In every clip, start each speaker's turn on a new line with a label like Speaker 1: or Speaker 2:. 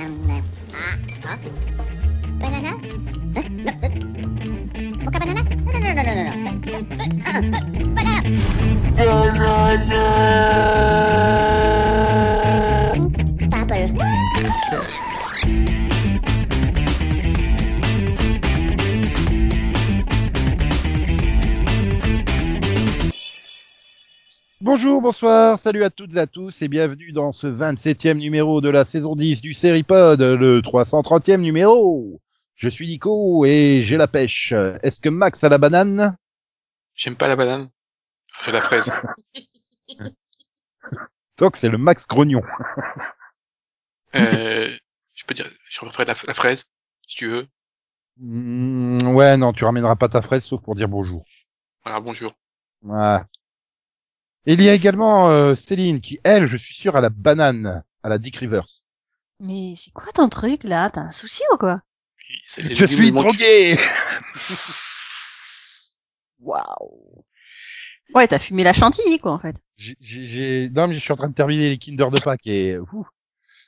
Speaker 1: Huh? Ah, Banana? Huh? No, uh, mocha banana? No, no, no, no, no, no. Uh, uh, uh, banana. Popper.
Speaker 2: Bonjour, bonsoir, salut à toutes et à tous et bienvenue dans ce 27e numéro de la saison 10 du Seripod, le 330e numéro. Je suis Nico et j'ai la pêche. Est-ce que Max a la banane
Speaker 3: J'aime pas la banane. Enfin, la fraise.
Speaker 2: Donc c'est le Max Grognon.
Speaker 3: euh, je peux dire, je referai la, la fraise, si tu veux.
Speaker 2: Mm, ouais, non, tu ramèneras pas ta fraise sauf pour dire bonjour.
Speaker 3: Voilà, bonjour.
Speaker 2: Voilà. Et il y a également euh, Céline qui, elle, je suis sûr, a la banane, à la Dick Rivers.
Speaker 4: Mais c'est quoi ton truc là T'as un souci ou quoi
Speaker 3: Puis, c'est les
Speaker 2: Je
Speaker 3: légumes
Speaker 2: suis
Speaker 3: manquent.
Speaker 2: drogué
Speaker 4: Waouh. Ouais, t'as fumé la chantilly quoi en fait.
Speaker 2: J'ai- J'ai, j'ai- non mais je suis en train de terminer les Kinder de Pâques et ouh.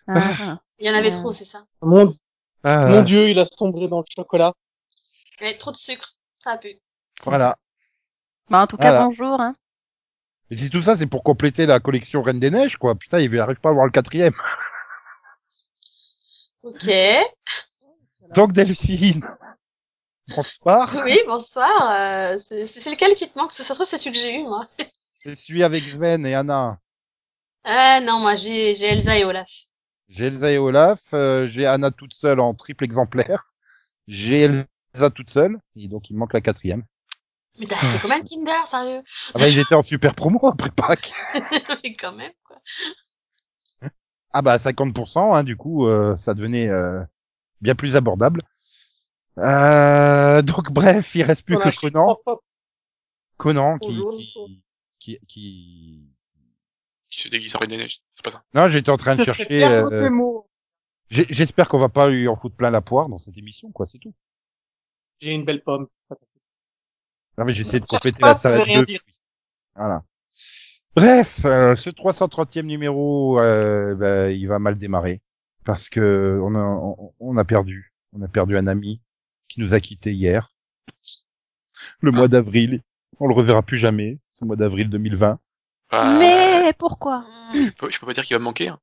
Speaker 4: Ah, ah.
Speaker 5: Il y en avait
Speaker 4: Euh.
Speaker 5: trop, c'est ça.
Speaker 6: Mon,
Speaker 2: Ah,
Speaker 6: mon dieu, il a sombré dans le chocolat.
Speaker 5: Il y avait trop de sucre. Ça a pu.
Speaker 2: voilà.
Speaker 4: Bah, en tout cas,
Speaker 2: Voilà.
Speaker 4: bonjour. Hein.
Speaker 2: Et si tout ça c'est pour compléter la collection Reine des Neiges quoi. Putain, il arrive pas à voir le quatrième.
Speaker 5: Ok.
Speaker 2: Donc Delphine. Bonsoir.
Speaker 5: Oui, bonsoir. euh, c'est c'est lequel qui te manque Parce que ça se trouve, c'est celui que j'ai eu, moi.
Speaker 2: Je suis avec Sven et Anna.
Speaker 5: Ah non, moi, j'ai j'ai Elsa et Olaf.
Speaker 2: J'ai Elsa et Olaf. euh, j'ai Anna toute seule en triple exemplaire. J'ai Elsa toute seule. Et donc il me manque la quatrième.
Speaker 5: Mais t'as acheté combien de Kinder, sérieux
Speaker 2: Ah bah ils étaient en super promo après Pâques.
Speaker 5: Mais quand même, quoi.
Speaker 2: Ah bah 50%, hein, du coup, euh, ça devenait euh, bien plus abordable. Euh, donc bref, il reste plus
Speaker 6: On a
Speaker 2: que
Speaker 6: acheté
Speaker 2: Conan,
Speaker 6: trois fois.
Speaker 2: Conan qui,
Speaker 5: Bonjour,
Speaker 2: qui, qui, qui-
Speaker 3: Qui se déguise en Reine des Neiges. C'est pas ça.
Speaker 2: Non, j'étais en train de
Speaker 6: Je fais
Speaker 2: chercher.
Speaker 6: perdre
Speaker 2: euh,
Speaker 6: tes mots.
Speaker 2: j'ai- J'espère qu'on va pas lui en foutre plein la poire dans cette émission, quoi, c'est tout.
Speaker 6: J'ai une belle pomme.
Speaker 2: Non mais j'essaie de
Speaker 6: Ne cherche
Speaker 2: compléter
Speaker 6: pas,
Speaker 2: la
Speaker 6: ça veut
Speaker 2: salade
Speaker 6: rien
Speaker 2: de
Speaker 6: dire.
Speaker 2: fruits. Voilà. Bref, euh, ce 330e numéro, euh, bah, il va mal démarrer parce que on a, on, on a perdu, on a perdu un ami qui nous a quittés hier, le mois d'avril. On le reverra plus jamais, ce mois d'avril 2020. Euh,
Speaker 3: Bah,
Speaker 4: Mais pourquoi
Speaker 5: Hum.
Speaker 3: Je peux, je peux pas dire qu'il va me manquer. hein.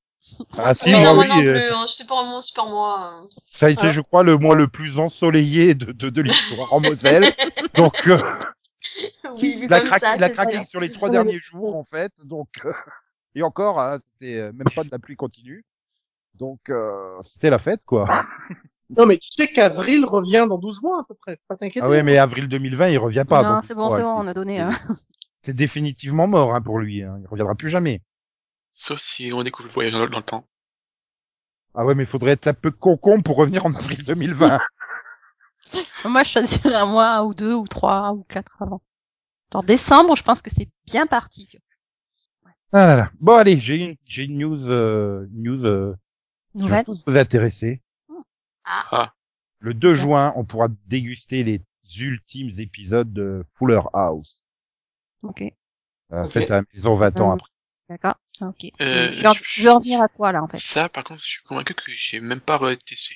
Speaker 2: Ah si,
Speaker 5: Mais
Speaker 2: moi,
Speaker 5: non, moi
Speaker 2: oui,
Speaker 5: non
Speaker 2: euh,
Speaker 5: plus. hein, Je sais pas, moi, c'est pas moi. hein.
Speaker 2: ça a été,
Speaker 6: Ah.
Speaker 2: je crois, le mois le plus ensoleillé de, de, de l'histoire en Moselle. Donc, euh,
Speaker 5: Oui, vu
Speaker 2: la
Speaker 5: comme
Speaker 2: craque,
Speaker 5: ça,
Speaker 2: il a
Speaker 5: c'est
Speaker 2: craqué
Speaker 5: ça.
Speaker 2: sur les trois derniers jours en fait, donc euh, et encore, hein, c'était euh, même pas de la pluie continue, donc euh, c'était la fête quoi.
Speaker 6: Non, mais tu sais qu'Avril revient dans 12 mois, à peu près. Faut Pas t'inquiéter.
Speaker 2: Ah ouais, mais avril 2020, il revient pas.
Speaker 4: Non,
Speaker 2: donc,
Speaker 4: c'est bon,
Speaker 2: ouais,
Speaker 4: c'est bon, on a donné. Hein.
Speaker 2: C'est définitivement mort hein, pour lui. Hein. Il reviendra plus jamais.
Speaker 3: Sauf si on découvre le voyage dans, le- dans le temps.
Speaker 2: Ah ouais, mais faudrait être un peu concon pour revenir en avril 2020.
Speaker 4: Moi, je choisirais un mois ou deux ou trois ou quatre avant. Genre décembre, je pense que c'est bien parti. tu
Speaker 2: ah là là. Bon allez, j'ai une, j'ai une news, euh, news euh,
Speaker 4: vois.
Speaker 2: qui va
Speaker 4: Nouvelle.
Speaker 2: tous vous intéresser.
Speaker 3: Ah,
Speaker 2: Le 2 juin, on pourra déguster les ultimes épisodes de Fuller House.
Speaker 4: Ok,
Speaker 2: Euh,
Speaker 5: Ok.
Speaker 2: Faites à la maison 20 ans
Speaker 4: Mhm.
Speaker 2: après.
Speaker 4: d'accord. Ah, Ok.
Speaker 3: Euh,
Speaker 4: je, veux en,
Speaker 3: je-
Speaker 4: je veux en venir à quoi là en fait
Speaker 3: ça, par contre, je suis convaincu que j'ai même pas testé.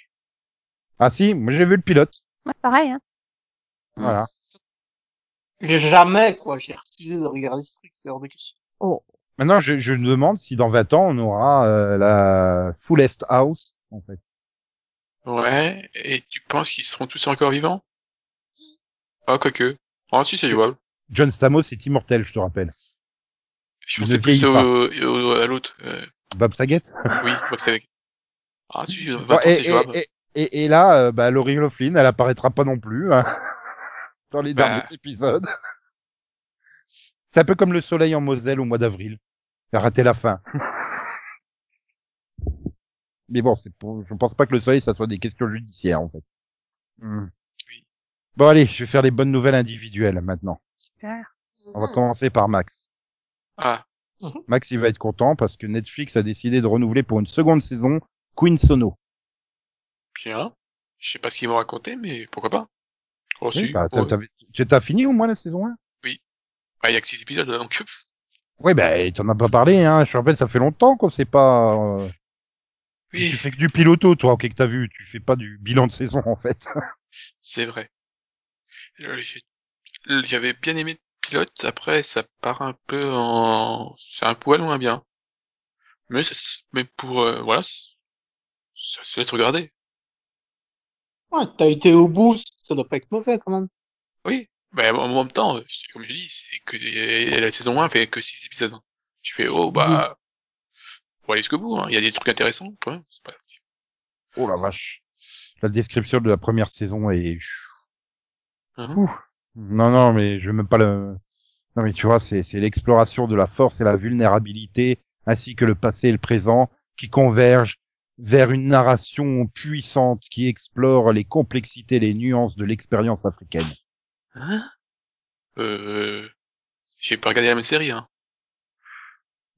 Speaker 2: Ah si, moi j'ai vu le pilote.
Speaker 4: Ouais, pareil. Hein. Mm.
Speaker 2: Voilà.
Speaker 6: J'ai Jamais, quoi. J'ai refusé de regarder ce truc, c'est hors de question.
Speaker 2: Maintenant, je, je me demande si dans 20 ans on aura euh, la fullest house en fait.
Speaker 3: Ouais. Et tu penses qu'ils seront tous encore vivants Ah, quoique. Ah, si, c'est jouable.
Speaker 2: John Stamos est immortel, je te rappelle.
Speaker 3: Je
Speaker 2: Ils
Speaker 3: pensais
Speaker 2: ne
Speaker 3: plus
Speaker 2: vieillissent
Speaker 3: au,
Speaker 2: pas.
Speaker 3: au- à l'autre. euh,
Speaker 2: Bob Saget.
Speaker 3: oui, vous savez. Ah, si, 20
Speaker 2: Bon,
Speaker 3: ans,
Speaker 2: et,
Speaker 3: c'est jouable.
Speaker 2: et, et- et là, euh, bah, Laurie Laughlin, elle apparaîtra pas non plus hein, dans les
Speaker 3: Bah.
Speaker 2: derniers épisodes. C'est un peu comme le soleil en Moselle au mois d'avril. Elle a raté la fin. Mais bon, c'est pour... je pense pas que le soleil, ça soit des questions judiciaires en fait. Hmm.
Speaker 3: Oui.
Speaker 2: Bon allez, je vais faire les bonnes nouvelles individuelles maintenant.
Speaker 4: Super.
Speaker 2: On va
Speaker 5: Mhm.
Speaker 2: commencer par Max.
Speaker 3: Ah,
Speaker 2: Max, il va être content parce que Netflix a décidé de renouveler pour une seconde saison Queen Sono.
Speaker 3: bien. Je sais pas ce qu'ils vont raconter, mais pourquoi pas. Oh, si.
Speaker 2: Oui, bah, t'as-
Speaker 3: pour-
Speaker 2: t'avais- tu- T'as fini au moins la saison 1
Speaker 3: Ah, il y a que 6 épisodes, là, donc. pff,
Speaker 2: bah, Oui, ben, t'en as pas parlé, hein. Je te rappelle, ça fait longtemps qu'on sait pas... euh, Tu
Speaker 3: Oui,
Speaker 2: fais que du piloto, toi, ok, que t'as vu. Tu fais pas du bilan de saison, en fait.
Speaker 3: c'est vrai. Euh, j'ai- J'avais bien aimé le pilote, après ça part un peu en... C'est un poil moins bien. Mais, ça s- mais pour... euh, voilà, c- ça se laisse regarder.
Speaker 6: Ouais, t'as été au bout, ça doit pas être mauvais quand même.
Speaker 3: Oui, mais en même temps, je- comme je dis, c'est que euh, la saison 1 fait que 6 épisodes. Tu fais, oh bah, faut aller jusqu'au bout, hein. il y a des trucs intéressants quand même. C'est pas-
Speaker 2: Oh la vache. La description de la première saison est...
Speaker 3: Mhm.
Speaker 2: Ouh. Non, non, mais je veux même pas le... Non, mais tu vois, c'est c'est l'exploration de la force et la vulnérabilité, ainsi que le passé et le présent, qui convergent vers une narration puissante qui explore les complexités, les nuances de l'expérience africaine.
Speaker 3: Hein Euh, j'ai pas regardé la même série, hein.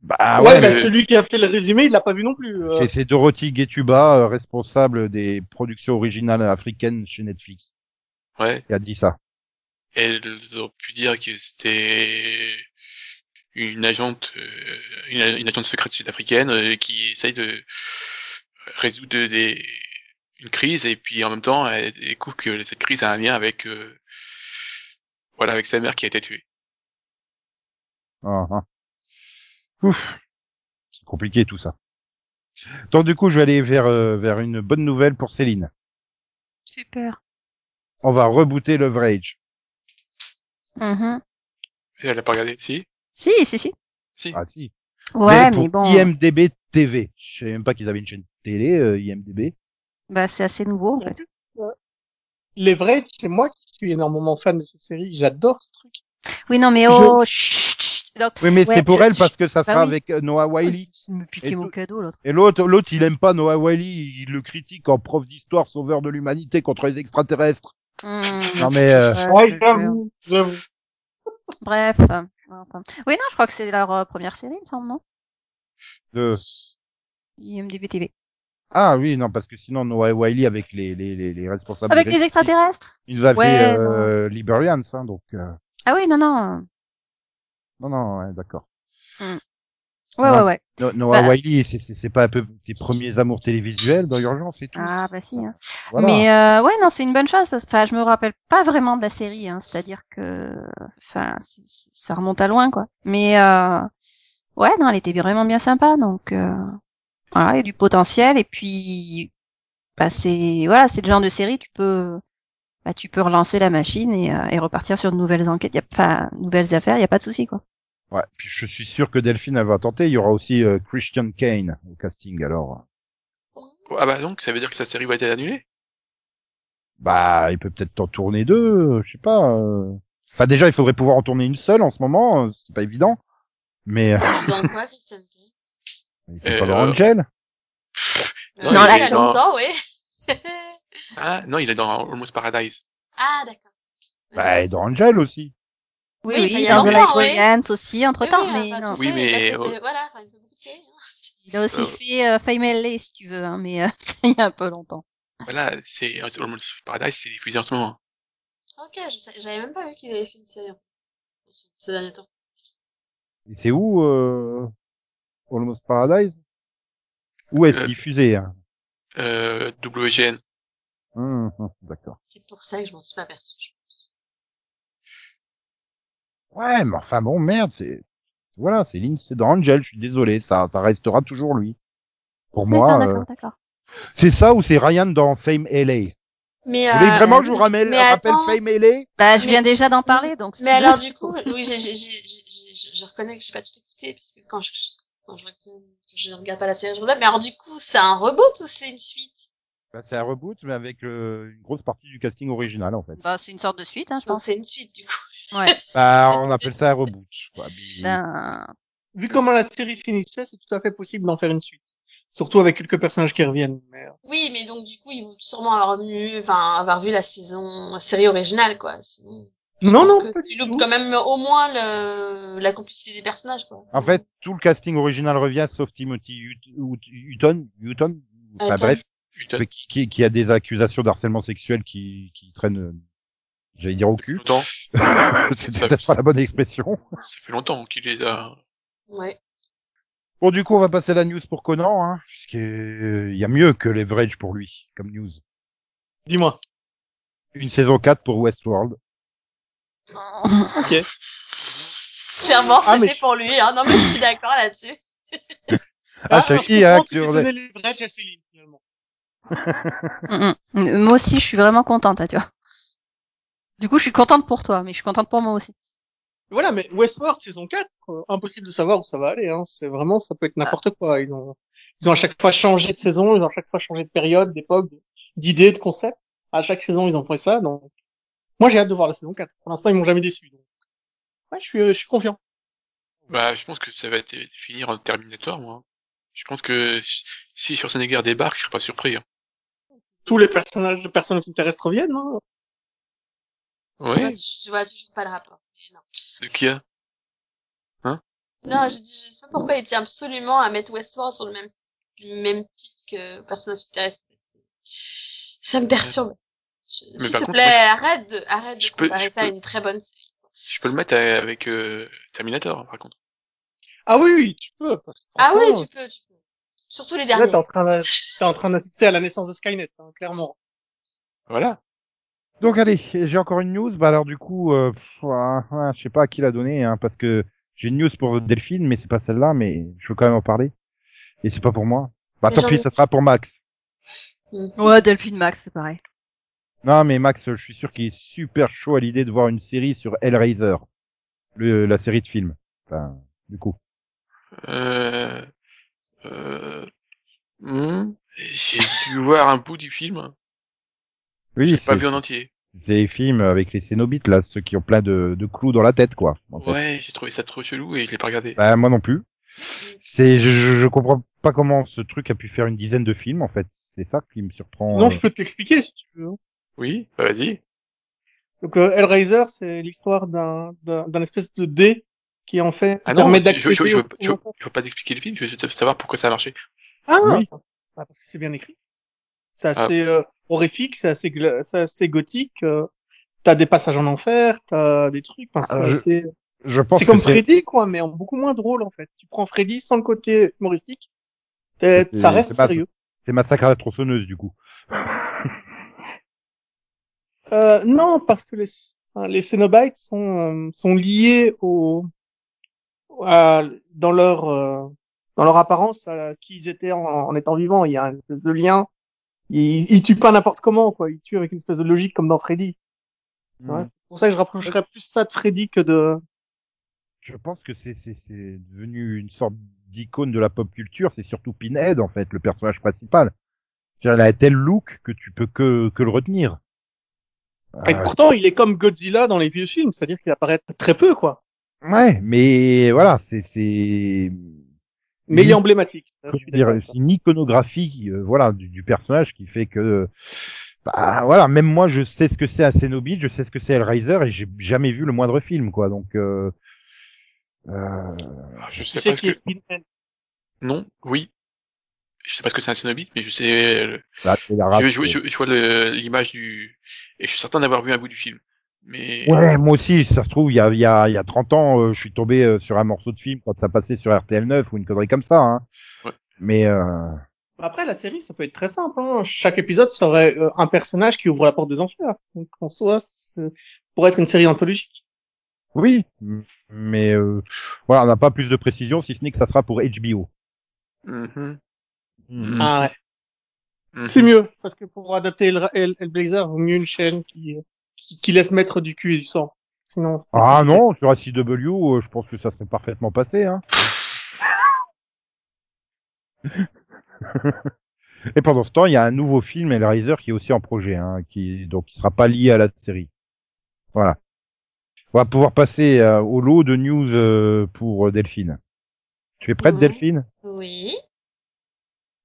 Speaker 2: Bah
Speaker 6: ouais,
Speaker 2: ouais,
Speaker 6: bah,
Speaker 2: mais
Speaker 3: mais-
Speaker 6: celui qui a fait le résumé, il l'a pas vu non plus. euh.
Speaker 2: c'est- c'est Dorothy Getuba, euh, responsable des productions originales africaines chez Netflix,
Speaker 3: Ouais.
Speaker 2: qui a dit ça.
Speaker 3: Elles ont pu dire que c'était une agente, euh, une, une agente secrète sud-africaine euh, qui essaye de résoudre des, une crise et puis en même temps elle découvre que cette crise a un lien avec, euh, voilà, avec sa mère qui a été tuée.
Speaker 2: Ah, ah. Ouf, c'est compliqué tout ça. Donc du coup, je vais aller vers euh, vers une bonne nouvelle pour Céline.
Speaker 4: Super.
Speaker 2: On va rebooter Leverage.
Speaker 4: Mhm.
Speaker 3: Et Elle a pas regardé, si,
Speaker 4: Si, si, si.
Speaker 3: si.
Speaker 2: Ah si.
Speaker 4: Ouais, mais,
Speaker 2: pour
Speaker 4: bon.
Speaker 2: IMDB TV. Je savais même pas qu'ils avaient une chaîne télé euh, IMDB.
Speaker 4: Bah, c'est assez nouveau, en fait.
Speaker 6: Les vrais, c'est moi qui suis énormément fan de cette série, j'adore ce truc.
Speaker 4: Oui, non, mais
Speaker 6: Je-
Speaker 4: oh, chut, chut, chut. Donc,
Speaker 2: Oui, mais
Speaker 4: Ouais,
Speaker 2: c'est pour
Speaker 4: je-
Speaker 2: elle parce que ça
Speaker 4: bah
Speaker 2: sera
Speaker 4: oui.
Speaker 2: avec euh, Noah Wiley.
Speaker 4: il me
Speaker 2: Et
Speaker 4: piquait mon
Speaker 2: tout-
Speaker 4: cadeau, l'autre.
Speaker 2: Et l'autre, l'autre, il aime pas Noah Wiley. Il le critique en prof d'histoire, sauveur de l'humanité contre les extraterrestres.
Speaker 4: Mmh.
Speaker 2: Non mais euh,
Speaker 4: Ouais, je-
Speaker 6: Ouais,
Speaker 4: je-
Speaker 6: j'avoue, j'avoue.
Speaker 4: Bref. euh, enfin. Oui, non, je crois que c'est leur euh, première série, il me semble, non
Speaker 2: de-
Speaker 4: IMDb TV.
Speaker 2: ah oui, non parce que sinon Noah Wiley avec les les les, les responsables.
Speaker 4: Avec
Speaker 2: de-
Speaker 4: les extraterrestres
Speaker 2: Ils avaient
Speaker 4: Ouais,
Speaker 2: euh, Liberians, hein, donc euh,
Speaker 4: Ah oui, non, non.
Speaker 2: non, non, ouais, d'accord.
Speaker 4: Ouais,
Speaker 2: Non.
Speaker 4: ouais, ouais.
Speaker 2: No- Noah
Speaker 4: Bah.
Speaker 2: Wiley, c'est- c'est c'est pas un peu tes premiers amours télévisuels dans Urgence et tout.
Speaker 4: Ah, bah si. hein.
Speaker 2: Voilà.
Speaker 4: Mais euh, ouais, non, c'est une bonne chose. parce que, Enfin, je me rappelle pas vraiment de la série, hein, c'est-à-dire que, enfin, c'est- c'est- ça remonte à loin, quoi. Mais euh, ouais, non, elle était vraiment bien sympa, donc euh, voilà, il y a du potentiel. Et puis, bah, c'est voilà, c'est le genre de série tu peux, bah, tu peux relancer la machine et, euh, et repartir sur de nouvelles enquêtes, Y a- enfin, nouvelles affaires, il y a pas de souci, quoi.
Speaker 2: Ouais, puis je suis sûr que Delphine elle va tenter. Il y aura aussi euh, Christian Kane au casting. Alors,
Speaker 3: Ah bah donc, ça veut dire que sa série va être annulée?
Speaker 2: bah, il peut peut-être en tourner deux. euh, Je sais pas. euh. Enfin, déjà, il faudrait pouvoir en tourner une seule en ce moment. euh, C'est pas évident. Mais euh,
Speaker 5: Dans quoi, Christian Grey
Speaker 2: il faut
Speaker 3: Euh,
Speaker 2: pas leur Angel.
Speaker 3: Non,
Speaker 4: il
Speaker 5: là,
Speaker 4: est
Speaker 5: il y a
Speaker 3: dans-
Speaker 5: longtemps, oui.
Speaker 3: Ah, non, il est dans Almost Paradise.
Speaker 5: ah, d'accord.
Speaker 2: Bah, et dans Angel aussi.
Speaker 5: Oui, il y a
Speaker 4: dans The
Speaker 5: longtemps, oui.
Speaker 4: Librarians aussi, entre temps,
Speaker 5: oui,
Speaker 4: mais
Speaker 5: enfin,
Speaker 4: non.
Speaker 5: tu
Speaker 3: Oui,
Speaker 5: sais,
Speaker 3: mais- oh.
Speaker 5: il a fait ses- Voilà, enfin, il fait beaucoup de séries, hein.
Speaker 4: il a aussi
Speaker 3: Euh,
Speaker 4: fait euh, Fame LA, si tu veux, hein, mais euh, il y a un peu longtemps.
Speaker 3: Voilà, c'est Almost Paradise, c'est diffusé en ce moment.
Speaker 5: hein. Ok, je sais- j'avais même pas vu qu'il avait fait une série, en fait, ce ce dernier temps.
Speaker 2: Et c'est où euh... Almost Paradise Où est-ce
Speaker 3: Euh.
Speaker 2: diffusé hein
Speaker 3: Euh, WGN.
Speaker 2: Hum, hum, D'accord.
Speaker 5: C'est pour ça que je m'en suis pas aperçue.
Speaker 2: Ouais, mais enfin bon, merde, c'est voilà, Céline, c'est dans Angel. Je suis désolé, ça, ça restera toujours lui. Pour
Speaker 4: D'accord,
Speaker 2: moi, euh,
Speaker 4: d'accord, d'accord.
Speaker 2: c'est ça ou c'est Ryan dans Fame LA.
Speaker 5: Mais,
Speaker 4: Euh,
Speaker 5: euh,
Speaker 2: Vous voulez vraiment que je vous
Speaker 5: oui.
Speaker 2: ramène,
Speaker 5: mais
Speaker 2: rappelle
Speaker 5: attends.
Speaker 2: Fame LA
Speaker 4: Bah, je
Speaker 5: Mais-
Speaker 4: viens déjà d'en parler, donc. si
Speaker 5: Mais
Speaker 4: tu veux,
Speaker 5: alors,
Speaker 4: c'est-
Speaker 5: du coup, oui, j'ai- j'ai- j'ai- j'ai- j'ai- je je reconnais que j'ai pas tout écouté, parce que quand je, quand je, je regarde pas la série, je regarde. Mais alors, du coup, c'est un reboot ou c'est une suite?
Speaker 2: bah, C'est un reboot, mais avec euh, une grosse partie du casting original en fait.
Speaker 4: Bah, c'est une sorte de suite, hein, je
Speaker 5: Donc,
Speaker 4: pense.
Speaker 5: c'est une suite, du coup.
Speaker 4: Ouais.
Speaker 2: Bah, on appelle ça un reboot. quoi. Puis-
Speaker 4: Ben,
Speaker 6: Vu comment la série finissait, c'est tout à fait possible d'en faire une suite. Surtout avec quelques personnages qui reviennent. mais, euh,
Speaker 5: Oui, mais donc, du coup, ils vont sûrement avoir vu, enfin, avoir vu la saison, la série originale, quoi. Sinon, je
Speaker 6: Non,
Speaker 5: pense
Speaker 6: non,
Speaker 5: que
Speaker 6: pas
Speaker 5: tu
Speaker 6: du
Speaker 5: loupes
Speaker 6: tout.
Speaker 5: quand même au moins le, la complicité des personnages, quoi.
Speaker 2: En fait, tout le casting original revient, sauf Timothy Hut- Hut- Hutton, Hutton, enfin,
Speaker 4: Euh,
Speaker 5: Hutton.
Speaker 2: bref,
Speaker 3: Putain,
Speaker 2: mais qui, qui, qui a des accusations d'harcèlement sexuel qui, qui traînent, euh, j'allais dire au cul.
Speaker 3: longtemps.
Speaker 2: C'est peut-être pas la bonne expression.
Speaker 3: Ça fait longtemps qu'il les a.
Speaker 5: Ouais.
Speaker 2: Bon, du coup, on va passer à la news pour Conan, hein, puisqu'il y a mieux que Leverage pour lui, comme news.
Speaker 6: Dis-moi.
Speaker 2: Une saison 4 pour Westworld.
Speaker 6: Ok.
Speaker 5: Clairement,
Speaker 6: Ah,
Speaker 5: c'était
Speaker 6: mais-
Speaker 5: pour lui. Hein. Non, mais je suis d'accord là-dessus.
Speaker 2: Ah, je
Speaker 6: alors,
Speaker 2: savais
Speaker 6: comprends
Speaker 2: hein,
Speaker 6: que
Speaker 2: que tu
Speaker 6: tu
Speaker 2: aurais-
Speaker 6: donnais les vrais à Céline, finalement.
Speaker 4: Mm, mm. Moi aussi, je suis vraiment contente, là, tu vois. Du coup, je suis contente pour toi, mais je suis contente pour moi aussi.
Speaker 6: Voilà, mais Westworld saison 4, euh, impossible de savoir où ça va aller. Hein. C'est vraiment, ça peut être n'importe quoi. Ils ont, ils ont à chaque fois changé de saison, ils ont à chaque fois changé de période, d'époque, de- d'idée, de concept. À chaque saison, ils ont fait ça. Donc, moi, j'ai hâte de voir la saison 4. Pour l'instant, ils m'ont jamais déçu. Donc, ouais, je suis, euh, je suis confiant.
Speaker 3: Bah, je pense que ça va être- finir en Terminator, moi. Je pense que si, si Schwarzenegger débarque, je serais pas surpris. Hein.
Speaker 6: Tous les personnages de personnes qui m'intéressent reviennent. Hein.
Speaker 5: Je
Speaker 3: Ouais,
Speaker 5: vois- Je vois toujours pas le rapport.
Speaker 3: de qui a
Speaker 5: Non, je dis, je sais pas pourquoi il tient absolument à mettre Westworld sur le même, le même titre que Persona Interest. Ça me perturbe. Je-
Speaker 3: Mais
Speaker 5: S'il
Speaker 3: par
Speaker 5: te
Speaker 3: contre,
Speaker 5: plaît,
Speaker 3: oui.
Speaker 5: arrête de, arrête de
Speaker 3: Je peux-
Speaker 5: comparer
Speaker 3: je
Speaker 5: ça à
Speaker 3: peux-
Speaker 5: une très bonne série.
Speaker 3: Je peux le mettre à- avec euh, Terminator, par contre.
Speaker 6: Ah oui, oui, tu peux. Parce que,
Speaker 5: Ah oui,
Speaker 6: franchement,
Speaker 5: tu peux, tu peux. Surtout les
Speaker 6: Là,
Speaker 5: derniers.
Speaker 6: t'es en train d'a- t'es en train d'assister à la naissance de Skynet, hein, clairement.
Speaker 3: Voilà.
Speaker 2: Donc allez, j'ai encore une news. Bah alors du coup, euh, pff, ah, ah, je sais pas à qui la donner, hein, parce que j'ai une news pour Delphine, mais c'est pas celle-là, mais je veux quand même en parler. Et c'est pas pour moi. Bah
Speaker 5: Mais
Speaker 2: tant
Speaker 5: j'en
Speaker 2: pis,
Speaker 5: ai-
Speaker 2: ça sera pour Max.
Speaker 4: Ouais, Delphine Max, c'est pareil.
Speaker 2: Non mais Max, je suis sûr qu'il est super chaud à l'idée de voir une série sur Hellraiser, le, la série de films. Enfin, du coup.
Speaker 3: Euh, euh, hmm, J'ai dû voir un bout du film.
Speaker 2: Oui,
Speaker 3: J'ai pas
Speaker 2: c'est-
Speaker 3: vu en entier.
Speaker 2: c'est les films avec les Cénobites là, ceux qui ont plein de, de clous dans la tête quoi. en fait.
Speaker 3: Ouais, j'ai trouvé ça trop chelou et je l'ai pas regardé.
Speaker 2: Bah moi non plus. C'est, je, je, je comprends pas comment ce truc a pu faire une dizaine de films en fait. C'est ça qui me surprend.
Speaker 6: Non,
Speaker 2: euh.
Speaker 6: je peux t'expliquer si tu veux. hein.
Speaker 3: Oui, bah vas-y.
Speaker 6: Donc euh, Hellraiser, c'est l'histoire d'un d'un d'un espèce de dé qui en fait
Speaker 3: Ah non,
Speaker 6: permet
Speaker 3: je, je,
Speaker 6: d'accéder.
Speaker 3: je, je,
Speaker 6: au-
Speaker 3: veux- je veux- je veux pas t'expliquer le film, je veux savoir pourquoi ça a marché.
Speaker 6: Ah,
Speaker 2: Oui.
Speaker 6: Ah, parce que c'est bien écrit. C'est
Speaker 3: Ah.
Speaker 6: assez euh, horrifique, c'est assez gla- c'est assez gothique. euh, t'as des passages en enfer, t'as des trucs. Enfin,
Speaker 2: Ah,
Speaker 6: c'est
Speaker 2: je-
Speaker 6: assez-
Speaker 2: Je pense
Speaker 6: c'est comme
Speaker 2: que c'est-
Speaker 6: Freddy quoi, mais en beaucoup moins drôle en fait. Tu prends Freddy sans le côté humoristique, t'es-
Speaker 2: C'est-
Speaker 6: ça reste
Speaker 2: c'est pas-
Speaker 6: sérieux.
Speaker 2: c'est Massacre à la tronçonneuse du coup.
Speaker 6: Euh, non, parce que les, enfin, les Cénobites sont, euh, sont liés au, à- dans leur, euh, dans leur apparence à qui ils étaient en, en étant vivants. Il y a une espèce de lien. Ils, ils tuent pas n'importe comment, quoi. Ils tuent avec une espèce de logique comme dans Freddy. Ouais,
Speaker 2: Mm.
Speaker 6: C'est pour ça que je rapprocherais plus ça de Freddy que de,
Speaker 2: Je pense que c'est c'est c'est devenu une sorte d'icône de la pop culture. C'est surtout Pinhead en fait, le personnage principal. Je veux dire, Elle a un tel look que tu peux que que le retenir.
Speaker 3: Ah
Speaker 6: Et
Speaker 2: Euh,
Speaker 6: pourtant, il est comme Godzilla dans les vieux films. C'est-à-dire qu'il apparaît très peu, quoi.
Speaker 2: Euh, ouais, mais voilà, c'est c'est
Speaker 6: Mais
Speaker 3: Mmh.
Speaker 6: il
Speaker 2: Oui.
Speaker 6: est emblématique. Ça, je
Speaker 2: comment
Speaker 6: suis
Speaker 2: dire,
Speaker 6: d'accord.
Speaker 2: c'est une iconographie euh, voilà du, du personnage qui fait que bah voilà même moi je sais ce que c'est un Cénobite, je sais ce que c'est Hellraiser et j'ai jamais vu le moindre film quoi donc euh, euh,
Speaker 3: Alors, Ah, je
Speaker 6: Tu
Speaker 3: sais
Speaker 6: sais
Speaker 3: pas ce
Speaker 6: qui est
Speaker 3: que...
Speaker 6: Pinhead
Speaker 3: Non, oui. Je sais pas ce que c'est un Cénobite, mais je sais... euh,
Speaker 2: bah, c'est la race,
Speaker 3: Je, je,
Speaker 2: euh,
Speaker 3: je, je vois le- l'image du... Et je suis certain d'avoir vu un bout du film. Mais...
Speaker 2: Ouais, moi aussi, ça se trouve, il y a, il y, a, il y a 30 ans, euh, je suis tombé euh, sur un morceau de film quand ça passait sur RTL9 ou une connerie comme ça. Hein.
Speaker 3: Ouais.
Speaker 2: Mais euh,
Speaker 6: Après, la série, ça peut être très simple. hein. Chaque épisode serait euh, un personnage qui ouvre la porte des enfers. Donc, en soi, c'est- pour être une série anthologique.
Speaker 2: oui, m- mais euh, voilà, on n'a pas plus de précision, si ce n'est que ça sera pour HBO.
Speaker 3: Mhm,
Speaker 2: Mm.
Speaker 6: Ah ouais.
Speaker 2: Mm-hmm.
Speaker 3: mhm.
Speaker 6: C'est mieux, parce que pour adapter El, El, El Blazer, vaut mieux une chaîne qui, euh, qui, qui laisse mettre du cul et du sang. Sinon, c'est-
Speaker 2: Ah non, sur ACW, euh, je pense que ça serait parfaitement passé. Hein. Et pendant ce temps, il y a un nouveau film, Hellraiser, qui est aussi en projet, hein, qui donc qui sera pas lié à la série. Voilà. On va pouvoir passer euh, au lot de news euh, pour Delphine. Tu es prête,
Speaker 5: Ouais.
Speaker 2: Delphine
Speaker 5: Oui.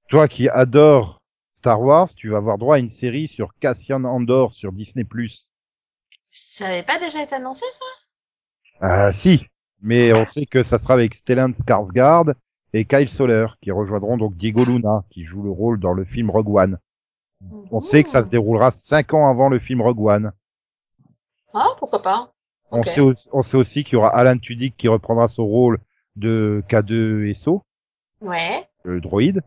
Speaker 2: Toi qui adore Star Wars, tu vas avoir droit à une série sur Cassian Andor sur Disney+.
Speaker 5: Ça avait pas déjà été annoncé, ça?
Speaker 2: Euh, si, mais on sait que ça sera avec Stellan Skarsgård et Kyle Soler qui rejoindront donc Diego Luna qui joue le rôle dans le film Rogue One. On sait que ça se déroulera cinq ans avant le film Rogue One.
Speaker 5: Ah, pourquoi pas?
Speaker 2: On,
Speaker 5: Ok.
Speaker 2: sait, au- on sait aussi qu'il y aura Alan Tudyk qui reprendra son rôle de K2 SO
Speaker 5: Ouais,
Speaker 2: le droïde.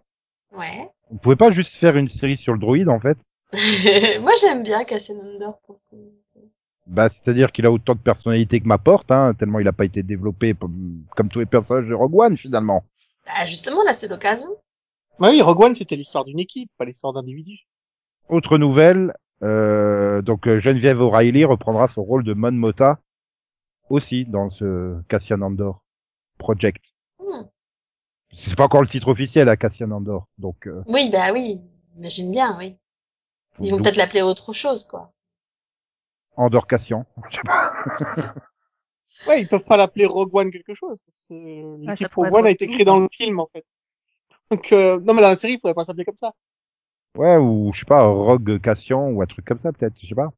Speaker 5: ouais.
Speaker 2: On pouvait pas juste faire une série sur le droïde, en fait.
Speaker 5: Moi, j'aime bien Cassandor. pour le coup.
Speaker 2: Bah, c'est-à-dire qu'il a autant de personnalité que ma porte, hein, tellement il a pas été développé comme comme tous les personnages de Rogue One, finalement.
Speaker 5: Bah, justement, là, c'est l'occasion.
Speaker 6: Bah oui, Rogue One, c'était l'histoire d'une équipe, pas l'histoire d'individus.
Speaker 2: Autre nouvelle, euh, donc euh, Geneviève O'Reilly reprendra son rôle de Mon Mota aussi dans ce Cassian Andor Project.
Speaker 5: Hmm.
Speaker 2: C'est pas encore le titre officiel à Cassian Andor, donc euh,
Speaker 5: Oui, bah oui. Imagine bien, oui. Ils vont
Speaker 2: donc,
Speaker 5: peut-être l'appeler autre chose, quoi.
Speaker 2: Andor Cassian. Je sais pas.
Speaker 6: Ouais, ils peuvent pas l'appeler Rogue One quelque chose. Parce que euh,
Speaker 4: Ah, ça
Speaker 6: l'équipe
Speaker 4: pourrait
Speaker 6: Rogue One
Speaker 4: être
Speaker 6: a été
Speaker 4: autre
Speaker 6: créée
Speaker 4: chose,
Speaker 6: dans le film, en fait. Donc, euh, non, mais dans la série, il pourrait pas s'appeler comme ça.
Speaker 2: Ouais, ou je sais pas, Rogue Cassian ou un truc comme ça peut-être, je sais pas.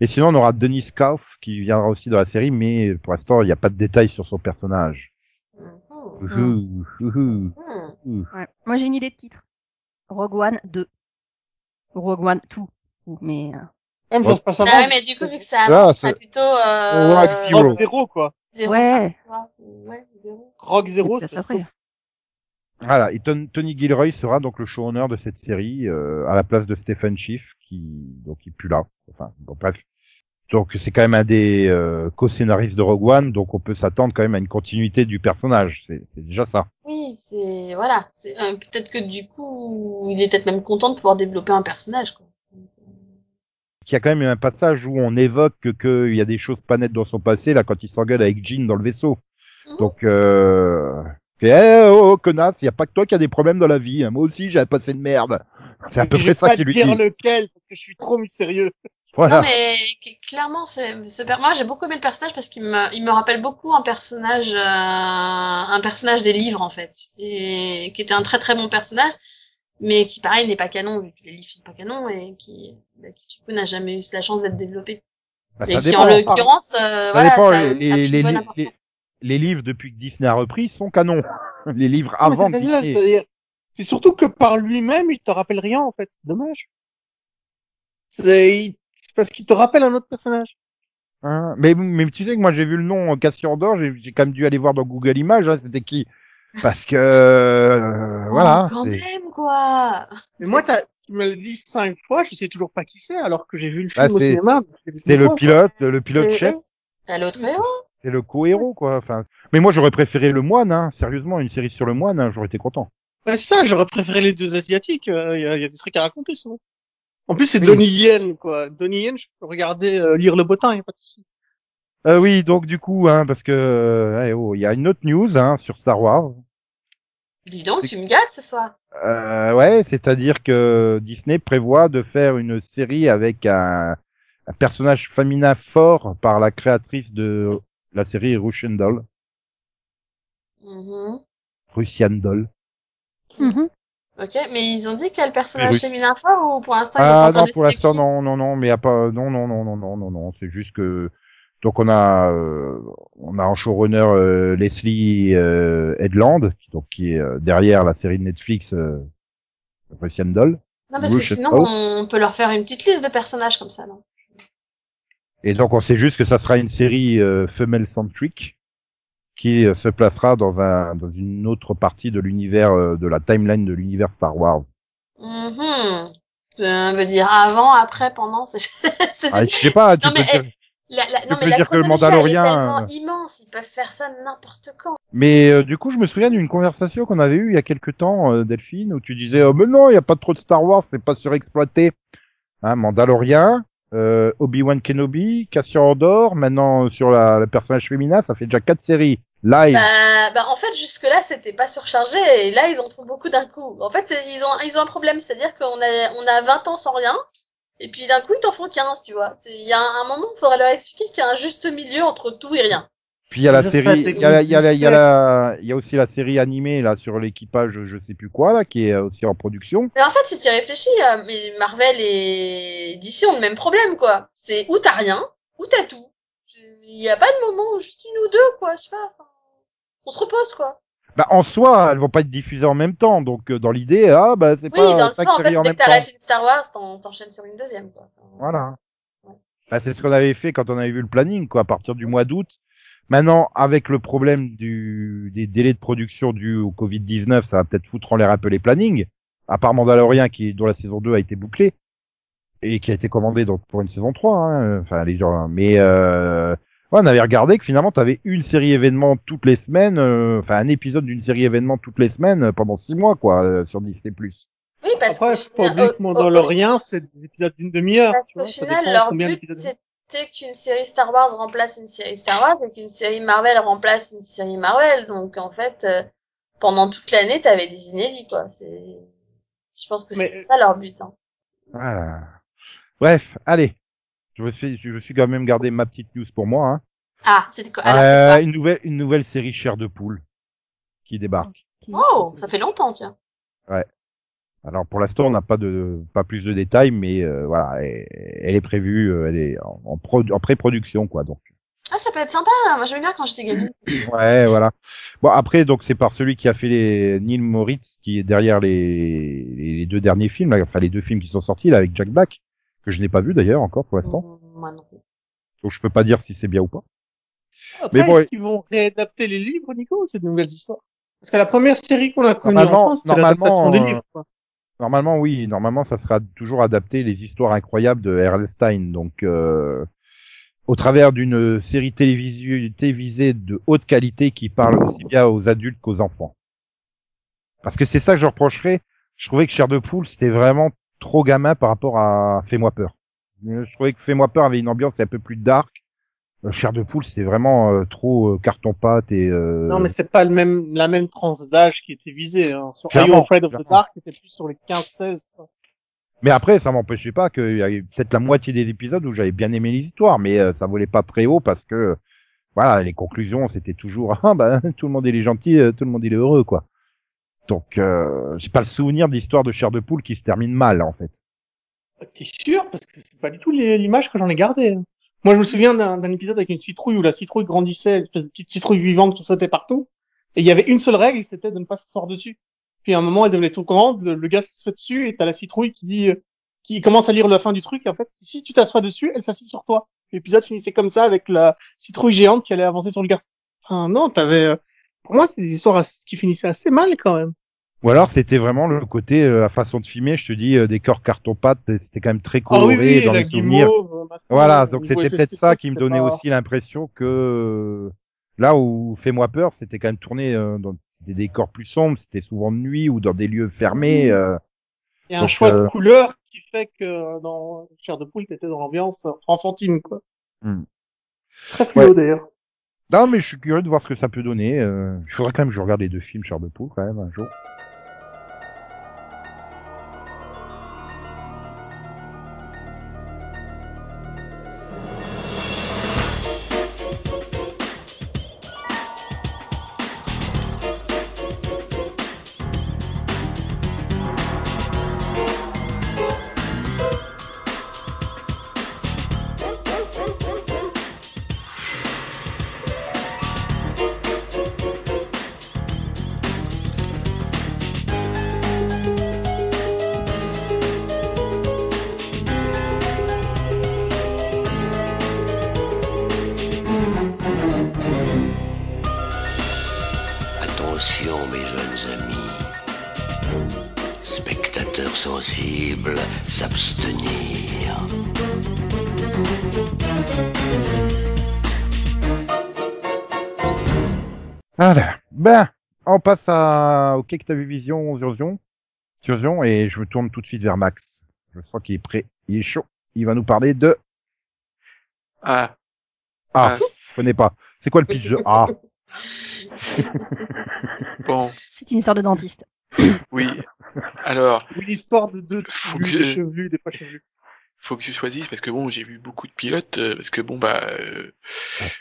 Speaker 2: Et sinon, on aura Denis Kauf qui viendra aussi dans la série, mais pour l'instant, il n'y a pas de détails sur son personnage.
Speaker 5: Mhm.
Speaker 2: Ouhou, ouhou.
Speaker 5: Mhm.
Speaker 4: Ouais. Moi, j'ai une idée de titre. Rogue One 2. Rogue One 2. Mais, euh,
Speaker 6: Même
Speaker 2: Ouais.
Speaker 6: ça se passe
Speaker 5: Ah
Speaker 6: avant.
Speaker 5: ouais, mais du coup, vu que ça
Speaker 2: Ah,
Speaker 5: avance, ce sera
Speaker 2: c'est-
Speaker 5: plutôt... Euh...
Speaker 2: Rogue Zero.
Speaker 6: Rogue Zero, quoi.
Speaker 5: Zéro,
Speaker 4: Ouais.
Speaker 5: ça, quoi. Ouais, zéro.
Speaker 6: Rogue
Speaker 4: c'est
Speaker 6: Zero,
Speaker 4: plus
Speaker 6: c'est
Speaker 4: après.
Speaker 2: Voilà, et Ton- Tony Gilroy sera donc le showrunner de cette série euh, à la place de Stephen Schiff qui donc il pue là. Enfin, bon bref. Donc c'est quand même un des euh, co-scénaristes de Rogue One, donc on peut s'attendre quand même à une continuité du personnage. C'est c'est déjà ça.
Speaker 5: Oui, c'est... Voilà. C'est euh, Peut-être que du coup, il est peut-être même content de pouvoir développer un personnage, quoi.
Speaker 2: Il y a quand même un passage où on évoque que- qu'il y a des choses pas nettes dans son passé là quand il s'engueule avec Jean dans le vaisseau.
Speaker 6: Mmh.
Speaker 5: Mhm.
Speaker 2: Donc euh... Eh oh, oh, connasse, il y a pas que toi qui a des problèmes dans la vie. hein. Moi aussi j'ai un passé de merde. C'est à peu
Speaker 6: Je
Speaker 2: près
Speaker 6: vais
Speaker 2: ça
Speaker 6: pas
Speaker 2: qu'il lui dit.
Speaker 6: dire lequel, parce que je suis trop mystérieux.
Speaker 2: Voilà.
Speaker 5: Non, mais c- clairement, c'est, ce per- moi j'ai beaucoup aimé le personnage parce qu'il me, il me rappelle beaucoup un personnage, euh, un personnage des livres en fait, et qui était un très très bon personnage, mais qui pareil n'est pas canon vu que les livres sont pas canons et qui, bah, qui du coup n'a jamais eu la chance d'être développé.
Speaker 2: Bah,
Speaker 5: et
Speaker 2: ça
Speaker 5: qui
Speaker 2: dépend.
Speaker 5: en l'occurrence,
Speaker 2: Ça
Speaker 5: euh, voilà,
Speaker 2: dépend,
Speaker 5: ça a
Speaker 2: les, les,
Speaker 5: pris
Speaker 2: les,
Speaker 5: une bonne
Speaker 2: les-
Speaker 5: importance.
Speaker 2: les livres depuis que Disney a repris sont canons. Les livres
Speaker 6: Non, mais
Speaker 2: avant
Speaker 6: c'est pas ça,
Speaker 2: Disney.
Speaker 6: c'est-à-dire- c'est surtout que par lui-même, il te rappelle rien, en fait. C'est dommage. C'est il- c'est parce qu'il te rappelle un autre personnage.
Speaker 2: hein. Mais, mais tu sais que moi j'ai vu le nom euh, Cassian d'Or, j'ai j'ai quand même dû aller voir dans Google Images, hein, c'était qui Parce que euh,
Speaker 5: Oh,
Speaker 2: voilà.
Speaker 5: quand
Speaker 2: c'est-
Speaker 5: même quoi.
Speaker 6: Mais moi, t'as- tu me l'as dit cinq fois, je sais toujours pas qui c'est, alors que j'ai vu le
Speaker 2: Bah,
Speaker 6: film au
Speaker 2: c'est-
Speaker 6: cinéma. je l'ai vu
Speaker 2: C'est
Speaker 6: une
Speaker 2: le
Speaker 6: fois,
Speaker 2: pilote, le pilote
Speaker 4: C'est-
Speaker 2: chef,
Speaker 5: T'as l'autre héros.
Speaker 2: c'est le co-héros quoi. Enfin, mais moi j'aurais préféré le moine, hein. sérieusement, une série sur le moine, hein, j'aurais été content.
Speaker 6: Ouais, c'est ça, j'aurais préféré les deux asiatiques. euh, Il y, a, y a des trucs à raconter souvent. En plus, c'est
Speaker 2: Oui.
Speaker 6: Donnie Yen, quoi. Donnie Yen, je peux regarder euh, lire le botin, y a pas de souci.
Speaker 2: Euh, oui, donc du coup, hein, parce que euh, eh oh, il y a une autre news hein, sur Star Wars.
Speaker 5: Dis donc, tu me gâtes ce soir.
Speaker 2: Euh, ouais, c'est-à-dire que Disney prévoit de faire une série avec un, un personnage féminin fort par la créatrice de la série Russian Doll.
Speaker 5: Mhm.
Speaker 2: Russian Doll.
Speaker 4: Mhm.
Speaker 5: Ok, mais ils ont dit quel personnage
Speaker 2: russe.
Speaker 5: féminin fort ou pour l'instant ils ont
Speaker 2: Ah
Speaker 5: pas
Speaker 2: non,
Speaker 5: encore
Speaker 2: pour
Speaker 5: décidé
Speaker 2: l'instant
Speaker 5: qui
Speaker 2: non, non, non, mais y a pas, non, non, non, non, non, non, non. C'est juste que donc on a euh, on a en showrunner euh, Leslie euh, Headland, qui- donc qui est euh, derrière la série de Netflix euh, Russian Doll.
Speaker 5: Non, parce que
Speaker 2: Russian
Speaker 5: sinon,
Speaker 2: House.
Speaker 5: on peut leur faire une petite liste de personnages comme ça, non
Speaker 2: Et donc on sait juste que ça sera une série euh, femelle centric qui euh, se placera dans un dans une autre partie de l'univers euh, de la timeline de l'univers Star Wars.
Speaker 5: Mhm. Ça veut dire avant, après, pendant, c'est... c'est-
Speaker 2: Ah, je sais pas, tu
Speaker 5: Non,
Speaker 2: peux
Speaker 5: mais,
Speaker 2: dire-
Speaker 5: la, la- non,
Speaker 2: peux
Speaker 5: mais la
Speaker 2: dire que le
Speaker 5: chronologie, elle est
Speaker 2: Mandalorien,
Speaker 5: tellement
Speaker 2: euh,
Speaker 5: immense, ils peuvent faire ça n'importe quand.
Speaker 2: Mais euh, du coup, je me souviens d'une conversation qu'on avait eue il y a quelque temps, euh, Delphine, où tu disais oh, mais non, il n'y a pas trop de Star Wars, c'est pas surexploité." Hein, Mandalorian, euh, Obi-Wan Kenobi, Cassian Andor, maintenant euh, sur la, le personnage féminin, ça fait déjà quatre séries live.
Speaker 5: Bah, bah, en fait, jusque-là, c'était pas surchargé, et là, ils en font beaucoup d'un coup. En fait, c'est- ils ont, ils ont un problème, c'est-à-dire qu'on a, on a 20 ans sans rien, et puis d'un coup, ils t'en font 15, tu vois. C'est- Il y a un, un moment, il faudra leur expliquer qu'il y a un juste milieu entre tout et rien.
Speaker 2: Puis il y a la
Speaker 6: Ça,
Speaker 2: série,
Speaker 6: ça
Speaker 2: il y a, la- il y a, la- il y a
Speaker 6: dégoûte
Speaker 2: la- il y a aussi la série animée là sur l'équipage, je sais plus quoi là, qui est euh, aussi en production.
Speaker 5: Mais en fait, si tu y réfléchis, euh, mais Marvel et DC ont le même problème, quoi. C'est ou t'as rien, ou t'as tout. Il n'y a pas de moment où juste une ou deux, quoi, je sais pas. enfin, On se repose, quoi.
Speaker 2: Bah en soi, elles vont pas être diffusées en même temps, donc euh, dans l'idée, ah bah c'est
Speaker 5: Oui,
Speaker 2: pas
Speaker 5: dans
Speaker 2: euh,
Speaker 5: le
Speaker 2: cinq
Speaker 5: sens, en fait,
Speaker 2: séries en
Speaker 5: dès
Speaker 2: même
Speaker 5: que
Speaker 2: temps.
Speaker 5: t'arrêtes une Star Wars, t'en- t'enchaînes sur une deuxième, quoi.
Speaker 2: Voilà.
Speaker 5: Ouais.
Speaker 2: Bah, c'est ce qu'on avait fait quand on avait vu le planning, quoi, à partir du mois d'août. Maintenant, avec le problème du, des délais de production dus au Covid-19, ça va peut-être foutre en l'air un peu les plannings, à part Mandalorian, qui, dont la saison 2 a été bouclée, et qui a été commandée donc, pour une saison 3, hein, enfin, les gens, mais, euh, ouais, on avait regardé que finalement, t'avais une série événement toutes les semaines, euh, enfin, un épisode d'une série événement toutes les semaines euh, pendant 6 mois, quoi, euh, sur Disney+.
Speaker 5: Oui, parce
Speaker 6: Après,
Speaker 5: que
Speaker 6: faut pas oublier que Mandalorian, c'est des épisodes d'une demi-heure.
Speaker 5: Parce
Speaker 6: tu vois,
Speaker 5: qu'au
Speaker 6: ça
Speaker 5: final,
Speaker 6: dépend
Speaker 5: leur
Speaker 6: combien
Speaker 5: but,
Speaker 6: d'épisodes-
Speaker 5: c'était qu'une série Star Wars remplace une série Star Wars et qu'une série Marvel remplace une série Marvel. Donc, en fait, euh, pendant toute l'année, t'avais des inédits, quoi. C'est, je pense que
Speaker 6: Mais-
Speaker 5: c'est ça leur but, hein.
Speaker 2: Ah. Bref, allez. Je me suis, je me suis quand même gardé ma petite news pour moi, hein.
Speaker 5: Ah, c'était quoi? Alors,
Speaker 2: Euh, une nouvelle, une nouvelle série Chair de poule qui débarque.
Speaker 5: oh, ça fait longtemps, tiens.
Speaker 2: Alors pour l'instant, on n'a pas de, pas plus de détails, mais euh, voilà, elle, elle est prévue, euh, elle est en, en, prod- en pré-production quoi. Donc
Speaker 5: Ah, ça peut être sympa. Moi, j'aimais bien quand j'étais gamine.
Speaker 2: ouais, voilà. Bon après, donc c'est par celui qui a fait les Neil Moritz, qui est derrière les, les deux derniers films, là, enfin les deux films qui sont sortis là avec Jack Black, que je n'ai pas vu d'ailleurs encore pour
Speaker 5: Oh.
Speaker 2: l'instant,
Speaker 5: Moi non plus.
Speaker 2: donc je peux pas dire si c'est bien ou pas.
Speaker 6: Après,
Speaker 2: Mais bon,
Speaker 6: est-ce qu'ils vont réadapter les livres, Nico, ou c'est de nouvelles histoires? Parce que la première série qu'on a connue en
Speaker 2: Normalement-
Speaker 6: France, c'était l'adaptation
Speaker 2: normalement,
Speaker 6: des
Speaker 2: euh,
Speaker 6: livres, quoi.
Speaker 2: Normalement, oui. Normalement, ça sera toujours adapté les histoires incroyables de Ernest Stein. Donc, euh, au travers d'une série télévisu- télévisée de haute qualité qui parle aussi bien aux adultes qu'aux enfants. Parce que c'est ça que je reprocherais. Je trouvais que Cher de Poule, c'était vraiment trop gamin par rapport à Fais-moi peur. Euh, Je trouvais que Fais-moi peur avait une ambiance un peu plus dark. Euh, Cher de Poule, c'était vraiment euh, trop euh, carton-pâte et... euh,
Speaker 6: Non, mais c'est pas le même, la même tranche d'âge qui était visée, hein. Sur Are You
Speaker 2: Clairement,
Speaker 6: Afraid of the
Speaker 2: clairement.
Speaker 6: Dark, c'était plus sur les 15, 16, quoi.
Speaker 2: Mais après, ça m'empêchait pas qu'il y avait peut-être la moitié des épisodes où j'avais bien aimé les histoires, mais euh, ça volait pas très haut parce que euh, voilà, les conclusions c'était toujours ah bah tout le monde il est gentil, euh, tout le monde il est heureux quoi. Donc euh, j'ai pas le souvenir d'histoire de chair de poule qui se termine mal en fait.
Speaker 6: T'es sûr? Parce que c'est pas du tout les- l'image que j'en ai gardée. hein. Moi, je me souviens d'un d'un épisode avec une citrouille où la citrouille grandissait, une espèce de petite citrouille vivante qui sautait partout. Et il y avait une seule règle, c'était de ne pas s'asseoir dessus. Puis à un moment, elle devenait trop grande, le, le gars s'assoit dessus et t'as la citrouille qui dit, euh, qui commence à lire la fin du truc. Et en fait, si tu t'assois dessus, elle s'assied sur toi. L'épisode finissait comme ça avec la citrouille géante qui allait avancer sur le garçon. Enfin, non, t'avais, euh, pour moi, c'est des histoires assez- qui finissaient assez mal quand même.
Speaker 2: Ou alors c'était vraiment le côté euh, la façon de filmer, je te dis euh, des corps carton pâte, c'était quand même très
Speaker 6: Ah
Speaker 2: coloré dans les souvenirs.
Speaker 6: guimauve, euh, machin,
Speaker 2: Voilà,
Speaker 6: le
Speaker 2: donc
Speaker 6: niveau
Speaker 2: c'était
Speaker 6: effet
Speaker 2: peut-être
Speaker 6: spécial,
Speaker 2: ça qui me
Speaker 6: c'était
Speaker 2: donnait
Speaker 6: pas-
Speaker 2: aussi l'impression que euh, là où Fais-moi peur, c'était quand même tourné euh, dans des décors plus sombres, c'était souvent de nuit ou dans des lieux fermés. euh.
Speaker 6: Il y a un
Speaker 2: Donc,
Speaker 6: choix
Speaker 2: euh,
Speaker 6: de couleur qui fait que euh, dans Chair de poule, t'étais dans l'ambiance euh, enfantine, quoi.
Speaker 2: Hmm.
Speaker 6: Très fluo,
Speaker 2: Ouais.
Speaker 6: d'ailleurs.
Speaker 2: Non, mais je suis curieux de voir ce que ça peut donner. euh. Il faudrait quand même que je regarde les deux films, Charles de Poule, quand même, un jour.
Speaker 7: Attention mes jeunes amis, spectateurs sensibles, s'abstenir.
Speaker 2: Voilà. Ben, on passe à... Ok, que t'as vu Vision, Zurzion. Zurzion, et je me tourne tout de suite vers Max. Je sens qu'il est prêt, il est chaud. Il va nous parler de...
Speaker 3: Ah,
Speaker 2: Ah,
Speaker 3: Ah.
Speaker 2: je connais pas. C'est quoi le pitch de... Ah,
Speaker 3: bon,
Speaker 4: C'est une histoire de dentiste.
Speaker 3: oui. Alors,
Speaker 6: Ou l'histoire de deux
Speaker 3: Faut
Speaker 6: tribus
Speaker 3: que-
Speaker 6: de chevelus, des pas chevelus.
Speaker 3: faut que je choisisse parce que bon, j'ai vu beaucoup de pilotes euh, parce que bon bah euh,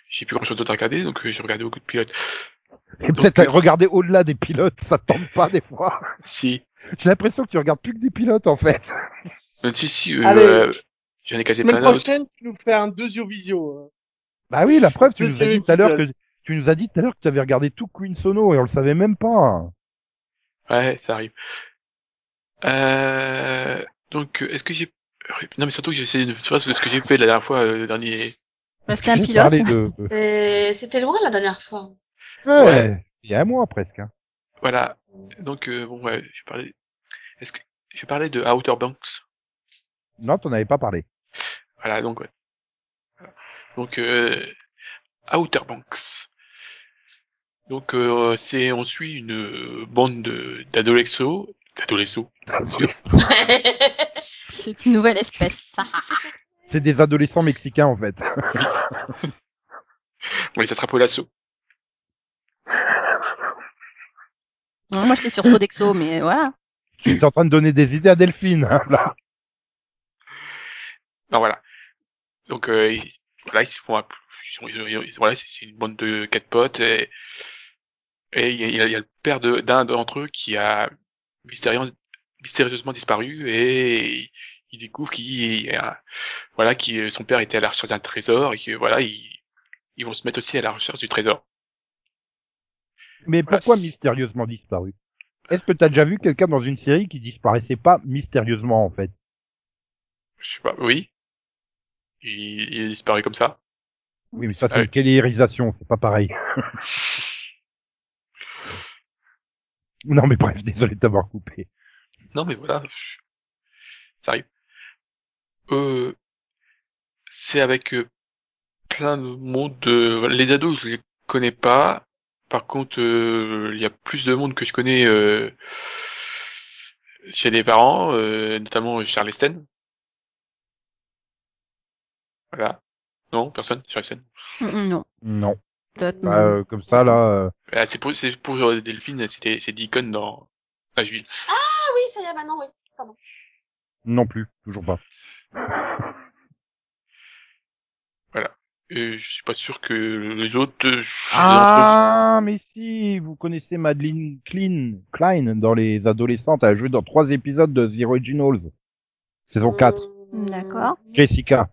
Speaker 3: j'ai plus grand chose d'autre à regarder donc euh, j'ai regardé beaucoup de pilotes.
Speaker 2: et peut-être
Speaker 3: Donc, euh,
Speaker 2: à regarder au-delà des pilotes, ça tombe pas des fois.
Speaker 3: Si,
Speaker 2: J'ai l'impression que tu regardes plus que des pilotes, en fait.
Speaker 3: Euh, si si, euh,
Speaker 6: Allez.
Speaker 3: euh, j'en ai casé
Speaker 6: Semaine
Speaker 3: plein d'autres.
Speaker 6: prochaine, tu nous fais un deux yeux visio.
Speaker 2: Bah oui, la preuve, tu nous as
Speaker 6: Deuxième
Speaker 2: dit tout à l'heure que...
Speaker 6: épisode.
Speaker 2: Tu nous as dit tout à l'heure que tu avais regardé tout Queen Sono et on le savait même pas.
Speaker 3: Ouais, ça arrive. Euh, donc euh, est-ce que j'ai non mais surtout que j'ai essayé de faire ce que j'ai fait la dernière fois euh, le dernier
Speaker 4: Bah, C'était un
Speaker 2: J'ai
Speaker 4: pilote.
Speaker 2: parlé de...
Speaker 5: Et C'était loin la dernière fois.
Speaker 2: Ouais,
Speaker 3: Ouais.
Speaker 2: Il y a un mois presque. hein.
Speaker 3: Voilà. Donc, euh, bon, ouais, je parlais. Est-ce que je parlais de Outer Banks
Speaker 2: Non, t'en avais pas parlé.
Speaker 3: Voilà, donc, ouais. Voilà. Donc, euh, Outer Banks. Donc, euh, c'est, on suit une euh, bande de- d'adolescents, d'adolescents,
Speaker 5: Ah
Speaker 4: C'est une nouvelle espèce.
Speaker 2: C'est des adolescents mexicains en fait.
Speaker 3: on les attrape au lasso.
Speaker 4: Non, moi, j'étais sur Sodexo, mais voilà.
Speaker 2: Je suis en train de donner des idées à Delphine. hein, là.
Speaker 3: Non, voilà. Donc, euh, ils, voilà, ils se font, app- ils sont- ils- ils- voilà, c'est c'est une bande de quatre potes et, et il y a- il y a, il y a le père de- d'un d'entre eux qui a mystérieusement, mystérieusement disparu et il, il découvre qu'il, a- voilà, qui son père était à la recherche d'un trésor et que voilà, ils, ils vont se mettre aussi à la recherche du trésor.
Speaker 2: Mais
Speaker 3: Voilà,
Speaker 2: pourquoi
Speaker 3: c'est-
Speaker 2: mystérieusement disparu Est-ce que t'as déjà vu quelqu'un dans une série qui disparaissait pas mystérieusement en fait
Speaker 3: Je sais pas, oui. Il, il disparaît comme ça.
Speaker 2: Oui, mais ça
Speaker 3: Ah
Speaker 2: c'est
Speaker 3: oui.
Speaker 2: une kélérisation, c'est pas pareil. non mais bref, désolé de t'avoir coupé.
Speaker 3: Non, mais voilà. je- Ça arrive. Euh, c'est avec euh, plein de monde. de- Les ados, je les connais pas. Par contre, euh, il y a plus de monde que je connais euh, chez les parents, euh, notamment Charleston. Voilà. Non, personne, Charleston.
Speaker 4: Mm, mm, Non.
Speaker 2: Non,
Speaker 4: D'autres,
Speaker 2: Bah,
Speaker 4: non.
Speaker 2: euh, comme ça là. euh,
Speaker 3: Ah, c'est pour, c'est pour euh, Delphine, c'était, c'est Deacon dans Nashville.
Speaker 5: Ah oui, ça y est, maintenant, oui.
Speaker 2: Non plus, toujours pas.
Speaker 3: Euh, je suis pas sûr que les autres. euh, je les ai un peu-
Speaker 2: Ah, mais si, vous connaissez Madeleine Klein, Klein dans Les Adolescentes, elle a joué dans trois épisodes de The Originals,
Speaker 3: Euh,
Speaker 2: saison 4.
Speaker 5: Mmh.
Speaker 4: D'accord.
Speaker 2: Jessica.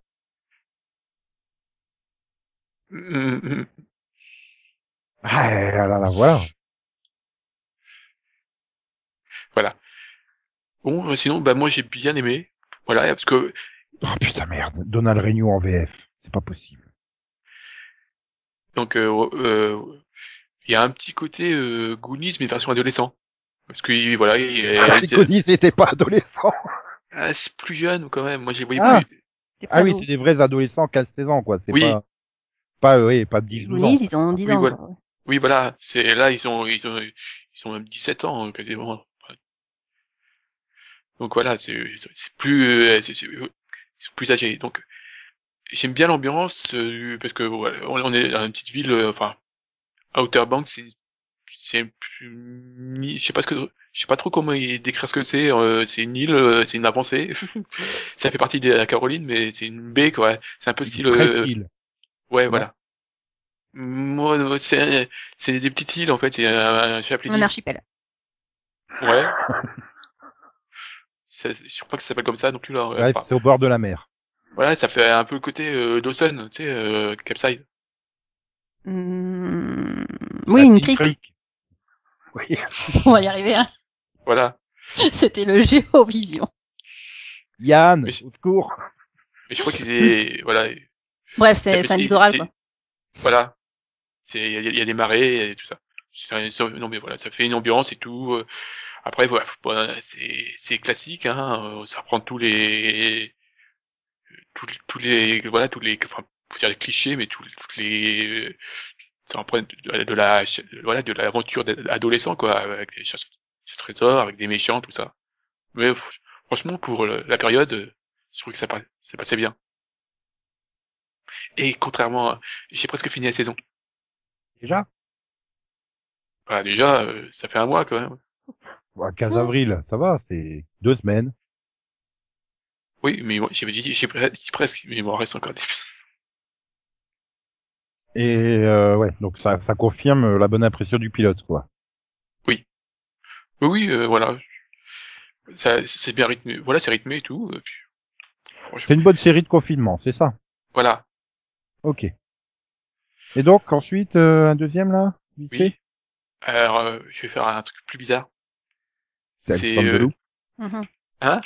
Speaker 3: Hum, hum, hum.
Speaker 2: Ah là là là, voilà.
Speaker 3: Bon, euh, sinon, bah moi j'ai bien aimé. Voilà, parce que
Speaker 2: Oh putain merde, Donald Renew en VF, c'est pas possible.
Speaker 3: donc euh, euh, il y a un petit côté euh, Goonies mais version adolescent. Parce que voilà, il est,
Speaker 2: Les Goonies n'étaient pas adolescents.
Speaker 3: ah, c'est plus jeune quand même. Moi j'ai voyais
Speaker 2: Ah.
Speaker 3: plus.
Speaker 4: T'es pas
Speaker 2: Ah oui,
Speaker 4: ado.
Speaker 2: c'est des vrais adolescents 15-16 ans quoi, c'est
Speaker 3: Oui.
Speaker 2: pas pas euh, oui, pas 10 12 ans.
Speaker 4: Goonies, ils ont 10
Speaker 3: Oui,
Speaker 4: ans.
Speaker 3: voilà.
Speaker 4: quoi.
Speaker 3: Oui voilà, c'est là ils ont ils ont ils sont même 17 ans hein, quasiment. Donc voilà, c'est c'est plus euh, c'est- c'est- ils sont plus âgés. Donc j'aime bien l'ambiance euh, parce que voilà, on, on est dans une petite ville euh, enfin Outer Banks c'est c'est une plus- je sais pas ce que je sais pas trop comment il décrire ce que c'est euh, c'est une île euh, c'est une avancée ça fait partie de la Caroline mais c'est une baie quoi c'est un peu style
Speaker 2: Très
Speaker 3: euh,
Speaker 2: style.
Speaker 3: ouais voilà moi euh, c'est c'est des petites îles en fait c'est un, un chapelet
Speaker 4: Un
Speaker 3: d'îles.
Speaker 4: archipel.
Speaker 3: ouais Ça- je crois que ça s'appelle comme ça non plus là euh,
Speaker 2: Bref,
Speaker 3: enfin,
Speaker 2: c'est au bord de la mer.
Speaker 3: voilà ça fait un peu le côté euh, Dawson tu sais euh, Capside
Speaker 4: Mm, Oui, une
Speaker 2: critique.
Speaker 4: crique.
Speaker 2: Oui.
Speaker 4: On va y arriver. hein.
Speaker 3: voilà
Speaker 4: C'était le Géovision.
Speaker 2: Yann,
Speaker 3: Mais c'est-
Speaker 2: au secours.
Speaker 3: mais je crois qu'ils aient voilà
Speaker 4: Bref, c'est
Speaker 3: Capside,
Speaker 4: c'est un littoral.
Speaker 3: Ah, c'est-
Speaker 4: Quoi.
Speaker 3: Voilà. C'est il y, a- il y a des marées et tout ça. C'est un- c'est- Non mais voilà, ça fait une ambiance et tout. Euh, Après voilà, faut pas- c'est c'est classique hein, euh, ça reprend tous les tous, les- tous les voilà, tous les enfin faut dire les clichés mais tous toutes les euh, ça reprend de, de la voilà, de l'aventure d'adolescent quoi avec des chasse de trésors, avec des méchants tout ça. Mais f- franchement pour le- la période, euh, je trouve que ça pa- ça passait bien. Et contrairement, à- j'ai presque fini la saison.
Speaker 2: Déjà
Speaker 3: Bah déjà, euh, ça fait un mois quand même.
Speaker 2: Bah, 15
Speaker 5: Hmm.
Speaker 2: avril, ça va, c'est deux semaines.
Speaker 3: Oui, mais moi, j'ai dit, j'ai pre- dit presque, mais il m'en reste encore des épisodes.
Speaker 2: Et euh, ouais, donc ça, ça confirme euh, la bonne impression du pilote, quoi.
Speaker 3: Mais oui, euh, voilà. Ça, c'est bien rythmé. Voilà, c'est rythmé et tout. et puis,
Speaker 2: C'est une bonne série de confinement, c'est ça.
Speaker 3: voilà.
Speaker 2: Ok. Et donc ensuite euh, un deuxième là, vite
Speaker 3: Oui.
Speaker 2: fait
Speaker 3: Alors, euh, je vais faire un truc plus bizarre.
Speaker 2: Tales
Speaker 3: C'est
Speaker 2: from
Speaker 3: euh,
Speaker 2: the Loop.
Speaker 4: Mhm.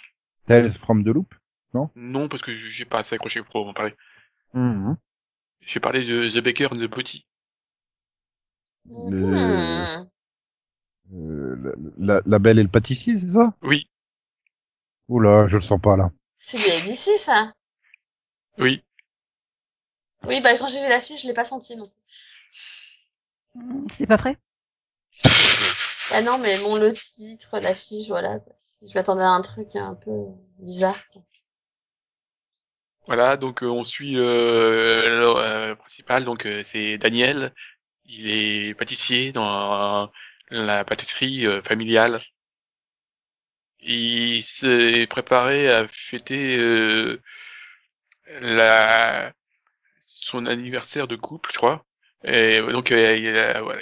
Speaker 2: Tales from the Loop.
Speaker 3: Mhm. non parce que j'ai pas assez accroché pour en parler. J'ai parlé de The Baker and the Beauty.
Speaker 2: Euh,
Speaker 5: Hmm.
Speaker 2: euh, la, la- la belle et le pâtissier, c'est ça
Speaker 3: Oui,
Speaker 2: Oula, je le sens pas là.
Speaker 5: C'est du ABC, ça.
Speaker 3: oui.
Speaker 5: Oui, bah, quand j'ai vu l'affiche, je l'ai pas senti, non.
Speaker 4: Hmm, C'est pas vrai.
Speaker 5: Ah non, mais bon, le titre, l'affiche, voilà. quoi. Je m'attendais à un truc un peu bizarre.
Speaker 3: Voilà, donc euh, on suit euh, le euh, principal, donc euh, c'est Daniel. Il est pâtissier dans euh, la pâtisserie euh, familiale. Il s'est préparé à fêter euh, la son anniversaire de couple, je crois. Et donc euh, il a- voilà.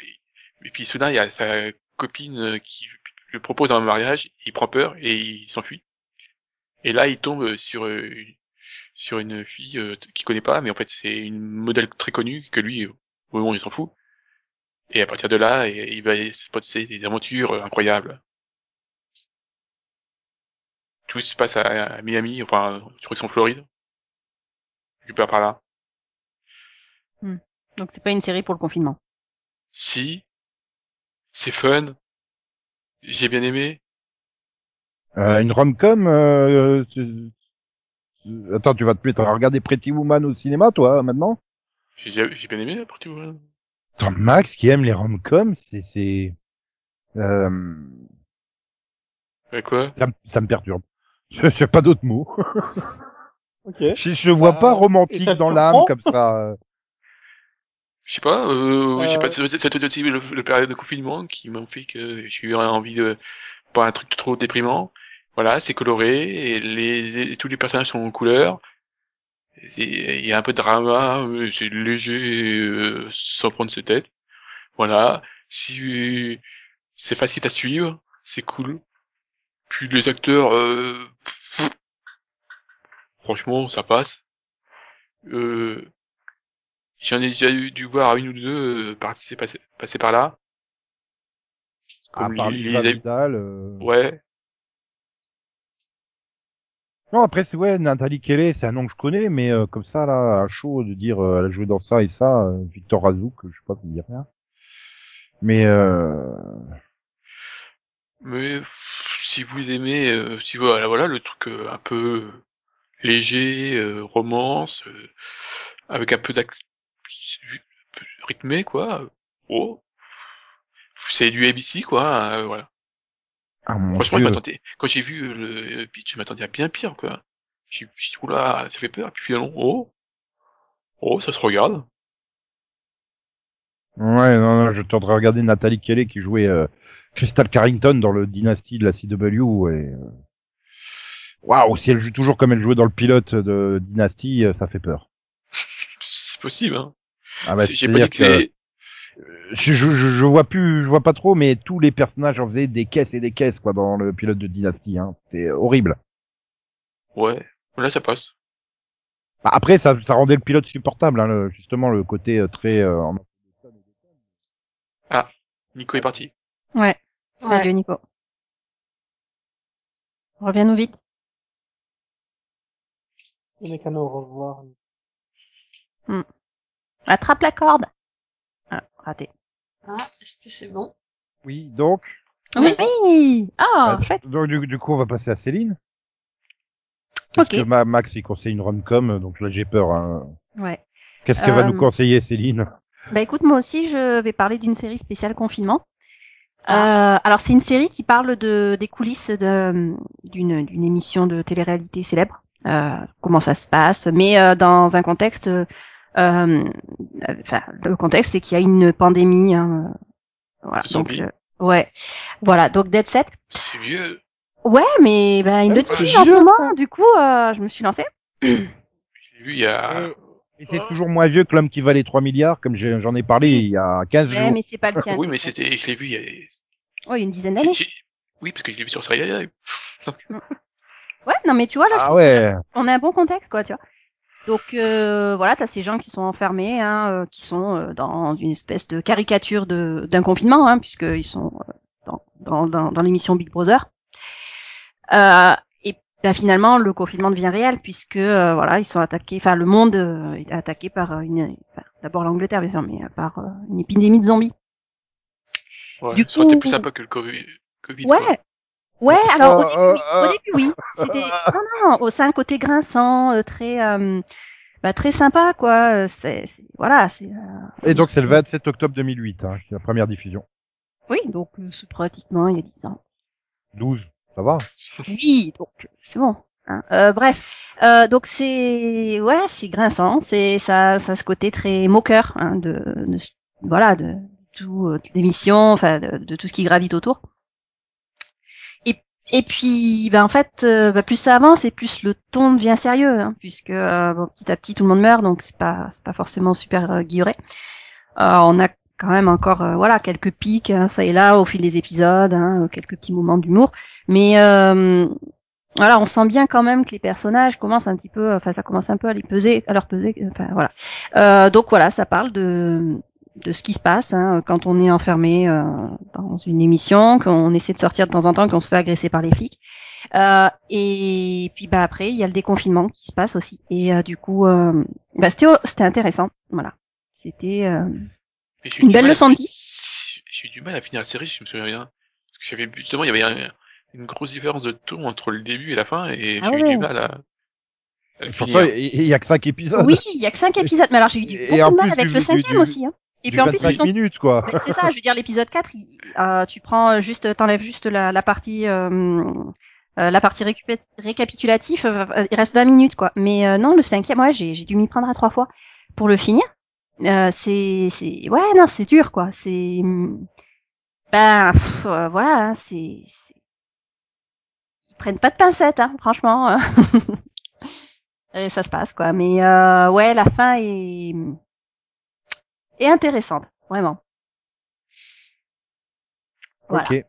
Speaker 3: Et puis soudain, il y a sa copine euh, qui lui propose un mariage. Il prend peur et il s'enfuit. Et là, il tombe sur euh, une- sur une fille euh, t- qu'il connaît pas, mais en fait c'est une modèle très connue que lui, euh, au moment il s'en fout. Et à partir de là, et- il va se passer des aventures euh, incroyables. Tout se passe à, à Miami, enfin, je crois que c'est en Floride. Je pas par là.
Speaker 4: Donc c'est pas une série pour le confinement.
Speaker 3: Si, c'est fun, j'ai bien aimé.
Speaker 2: Euh, une rom-com euh, tu- tu- Attends, tu vas te mettre à regarder Pretty Woman au cinéma, toi, hein, maintenant
Speaker 3: J'ai j'ai bien aimé, après tu vois.
Speaker 2: Attends, Max, qui aime les rom-coms, c'est... c'est euh,
Speaker 3: Ouais, quoi
Speaker 2: ça, me- ça me perturbe. Je j'ai pas d'autres mots.
Speaker 6: euh. Ok.
Speaker 2: Je, je vois
Speaker 6: Bah,
Speaker 2: pas
Speaker 6: et
Speaker 2: romantique
Speaker 6: ça te
Speaker 2: dans l'âme
Speaker 6: surprend
Speaker 2: comme ça. euh,
Speaker 3: Je sais pas, euh, oui, je sais
Speaker 6: Euh.
Speaker 3: pas, c'est c'est- c'est aussi le, le période de confinement qui m'a fait que j'ai eu envie de pas un truc trop déprimant. Voilà, c'est coloré, et les, et tous les personnages sont en couleur. C'est- Il y a un peu de drama, euh, c'est léger, euh, sans prendre ses têtes. Voilà, si c'est facile à suivre, c'est cool. Puis les acteurs, euh, pff, franchement, ça passe. Euh, J'en ai déjà eu dû voir une ou deux euh, passer, passer, passer par là.
Speaker 2: À
Speaker 3: Comme
Speaker 2: part
Speaker 3: Lisa
Speaker 2: Lisa
Speaker 3: Vidal.
Speaker 2: Vidal, euh.
Speaker 3: Ouais,
Speaker 2: Non, après, c'est ouais, Nathalie Kelly, c'est un nom que je connais, mais euh, comme ça, là, à chaud, de dire euh, elle a joué dans ça et ça, euh, Victor Razouk, je sais pas vous dire rien. Mais euh,
Speaker 3: mais pff, si vous aimez, euh, si voilà, voilà le truc euh, un peu léger, euh, romance, euh, avec un peu d'ac un peu rythmé quoi. Oh, c'est du ABC quoi, euh, voilà.
Speaker 2: ah, mon
Speaker 3: Franchement, je
Speaker 2: Dieu.
Speaker 3: m'attendais. Quand j'ai vu euh, le pitch, je m'attendais à bien pire quoi. J'ai j'ai dit oula, ça fait peur. Puis finalement, oh, oh, ça se regarde.
Speaker 2: Ouais, non, non, je tenterais de regarder Nathalie Kelly qui jouait euh, Crystal Carrington dans le Dynasty de la CW. Et, euh, Waouh, si elle joue toujours comme elle jouait dans le pilote de Dynasty, euh, ça fait peur.
Speaker 3: C'est possible. Hein.
Speaker 2: Ah bah,
Speaker 3: C'est- j'ai pas dit
Speaker 2: c'est-à-dire
Speaker 3: que c'est
Speaker 2: je, je, je je vois plus, je vois pas trop, mais tous les personnages en faisaient des caisses et des caisses quoi dans le pilote de Dynasty. Hein. C'était horrible.
Speaker 3: Ouais, là ça passe.
Speaker 2: Bah, Après, ça, ça rendait le pilote supportable, hein, le- justement le côté euh, très. euh, en-
Speaker 3: Nico est parti.
Speaker 4: Ouais.
Speaker 5: Ouais.
Speaker 4: Adieu Nico. Reviens-nous vite.
Speaker 6: On n'est qu'à nous revoir.
Speaker 4: Attrape la corde. Ah, raté.
Speaker 5: Ah, est-ce que c'est bon?
Speaker 2: Oui, donc.
Speaker 4: Oui. Ah,
Speaker 2: bah,
Speaker 4: chouette.
Speaker 2: donc du, du coup, on va passer à Céline.
Speaker 4: Ok.
Speaker 2: Parce que Ma- Max, il conseille une rom-com, donc là j'ai peur. Hein.
Speaker 4: Ouais.
Speaker 2: Qu'est-ce que va
Speaker 4: Euh,
Speaker 2: nous conseiller Céline
Speaker 4: Bah écoute, moi aussi, je vais parler d'une série spéciale confinement. Euh, alors c'est une série qui parle de des coulisses de- d'une d'une émission de télé-réalité célèbre. euh, comment ça se passe, mais euh, dans un contexte, euh, euh, enfin le contexte c'est qu'il y a une pandémie. hein, voilà.
Speaker 3: De
Speaker 4: Donc
Speaker 3: zombie.
Speaker 4: euh, ouais, voilà. Donc Dead Set.
Speaker 3: C'est vieux.
Speaker 4: Ouais, mais bah, il
Speaker 6: Ah,
Speaker 4: le
Speaker 6: c'est
Speaker 4: diffuse en ce
Speaker 6: vieux,
Speaker 4: moment. Du coup, euh, je me suis lancée.
Speaker 3: J'ai vu il y a.
Speaker 2: Euh, Et c'est toujours moins vieux que l'homme qui valait 3 milliards, comme j'ai- j'en ai parlé il y a 15
Speaker 4: Ouais,
Speaker 2: jours.
Speaker 4: Eh, mais c'est pas le tien.
Speaker 3: Oui, mais c'était, je l'ai vu il y a.
Speaker 4: Ouais, une dizaine d'années.
Speaker 3: j'ai- j'ai- Oui, parce que je l'ai vu sur Sky.
Speaker 4: Ouais, non, mais tu vois là, je
Speaker 2: Ah ouais.
Speaker 4: on a un bon contexte, quoi, tu vois. Donc euh, voilà, t'as ces gens qui sont enfermés, hein, euh, qui sont euh, dans une espèce de caricature de d'un confinement, hein, puisqu'ils sont euh, dans, dans, dans, dans l'émission Big Brother. Euh, et Bah, finalement, le confinement devient réel puisque euh, voilà, ils sont attaqués. Enfin, le monde euh, est attaqué par euh, une. enfin, D'abord l'Angleterre, bien sûr, mais euh, par euh, une épidémie de zombies.
Speaker 3: Ouais,
Speaker 4: Du
Speaker 3: ça aurait été
Speaker 4: coup-
Speaker 3: plus sympa que le Covid. Covid,
Speaker 4: Ouais.
Speaker 3: quoi.
Speaker 4: Ouais, alors au
Speaker 2: Ah,
Speaker 4: début,
Speaker 2: ah,
Speaker 4: oui.
Speaker 2: ah.
Speaker 4: Au début, oui. C'était non, non, au- c'est un côté grinçant, euh, très, euh, bah, très sympa, quoi. Euh, C'est, c'est- voilà, c'est. euh,
Speaker 2: Et donc c'est le 27 octobre 2008, hein, c'est la première diffusion.
Speaker 4: Oui, donc euh, c'est pratiquement il y a 10 ans.
Speaker 2: 12, ça va
Speaker 4: Oui, donc c'est bon. hein. Euh, bref, euh, donc c'est ouais, c'est grinçant, c'est ça, ça a ce côté très moqueur hein, de, de ce- voilà de tout euh, de l'émission, enfin de, de tout ce qui gravite autour. Et, et puis ben en fait, euh, bah, plus ça avance et plus le ton devient sérieux, hein, puisque euh, bon, petit à petit tout le monde meurt, donc c'est pas c'est pas forcément super euh, guilleret. Euh, on a quand même encore euh, voilà quelques pics hein, ça et là au fil des épisodes, hein, euh, quelques petits moments d'humour, mais euh, voilà, on sent bien quand même que les personnages commencent un petit peu, enfin ça commence un peu à les peser, à leur peser, enfin voilà. Euh, donc voilà, ça parle de de ce qui se passe hein, quand on est enfermé euh, dans une émission, qu'on essaie de sortir de temps en temps, qu'on se fait agresser par les flics. Euh, et puis bah après, il y a le déconfinement qui se passe aussi. Et euh, du coup, euh, bah, c'était c'était intéressant, voilà. C'était euh,
Speaker 3: Mais j'ai eu
Speaker 4: Une
Speaker 3: du
Speaker 4: belle
Speaker 3: mal à
Speaker 4: leçon de
Speaker 3: fi- J'ai eu du mal à finir la série, si je me souviens bien. Parce que j'avais, justement, il y avait un- une grosse différence de ton entre le début et la fin, et
Speaker 4: Ah
Speaker 3: j'ai eu
Speaker 4: ouais.
Speaker 3: du mal à, à le
Speaker 2: Pourtant,
Speaker 3: finir.
Speaker 2: il il y a que 5 épisodes.
Speaker 4: oui, il y a que cinq épisodes, mais alors j'ai eu du,
Speaker 2: Ah, bah, Et
Speaker 4: beaucoup
Speaker 2: en
Speaker 4: de mal
Speaker 2: plus
Speaker 4: avec
Speaker 2: du-
Speaker 4: le
Speaker 2: du-
Speaker 4: cinquième
Speaker 2: du-
Speaker 4: aussi. Hein. Et
Speaker 2: Du
Speaker 4: puis en plus ils
Speaker 2: 25
Speaker 4: sont
Speaker 2: minutes, quoi.
Speaker 4: Mais c'est ça, je veux dire l'épisode 4, il- euh, tu prends juste t'enlèves juste la, la partie euh, euh, la partie récupé- récapitulatif, euh, euh, il reste 20 minutes quoi. Mais euh, non, le cinquième, ouais, j'ai j'ai dû m'y prendre à trois fois pour le finir. Euh, c'est c'est ouais non, c'est dur quoi, c'est hmm, ben pff, euh, voilà, hein, c'est c'est- ils prennent pas de pincettes hein, franchement. euh. Et ça se passe quoi, mais euh, ouais, la fin est hmm, est intéressante, vraiment. Voilà.
Speaker 2: Ok,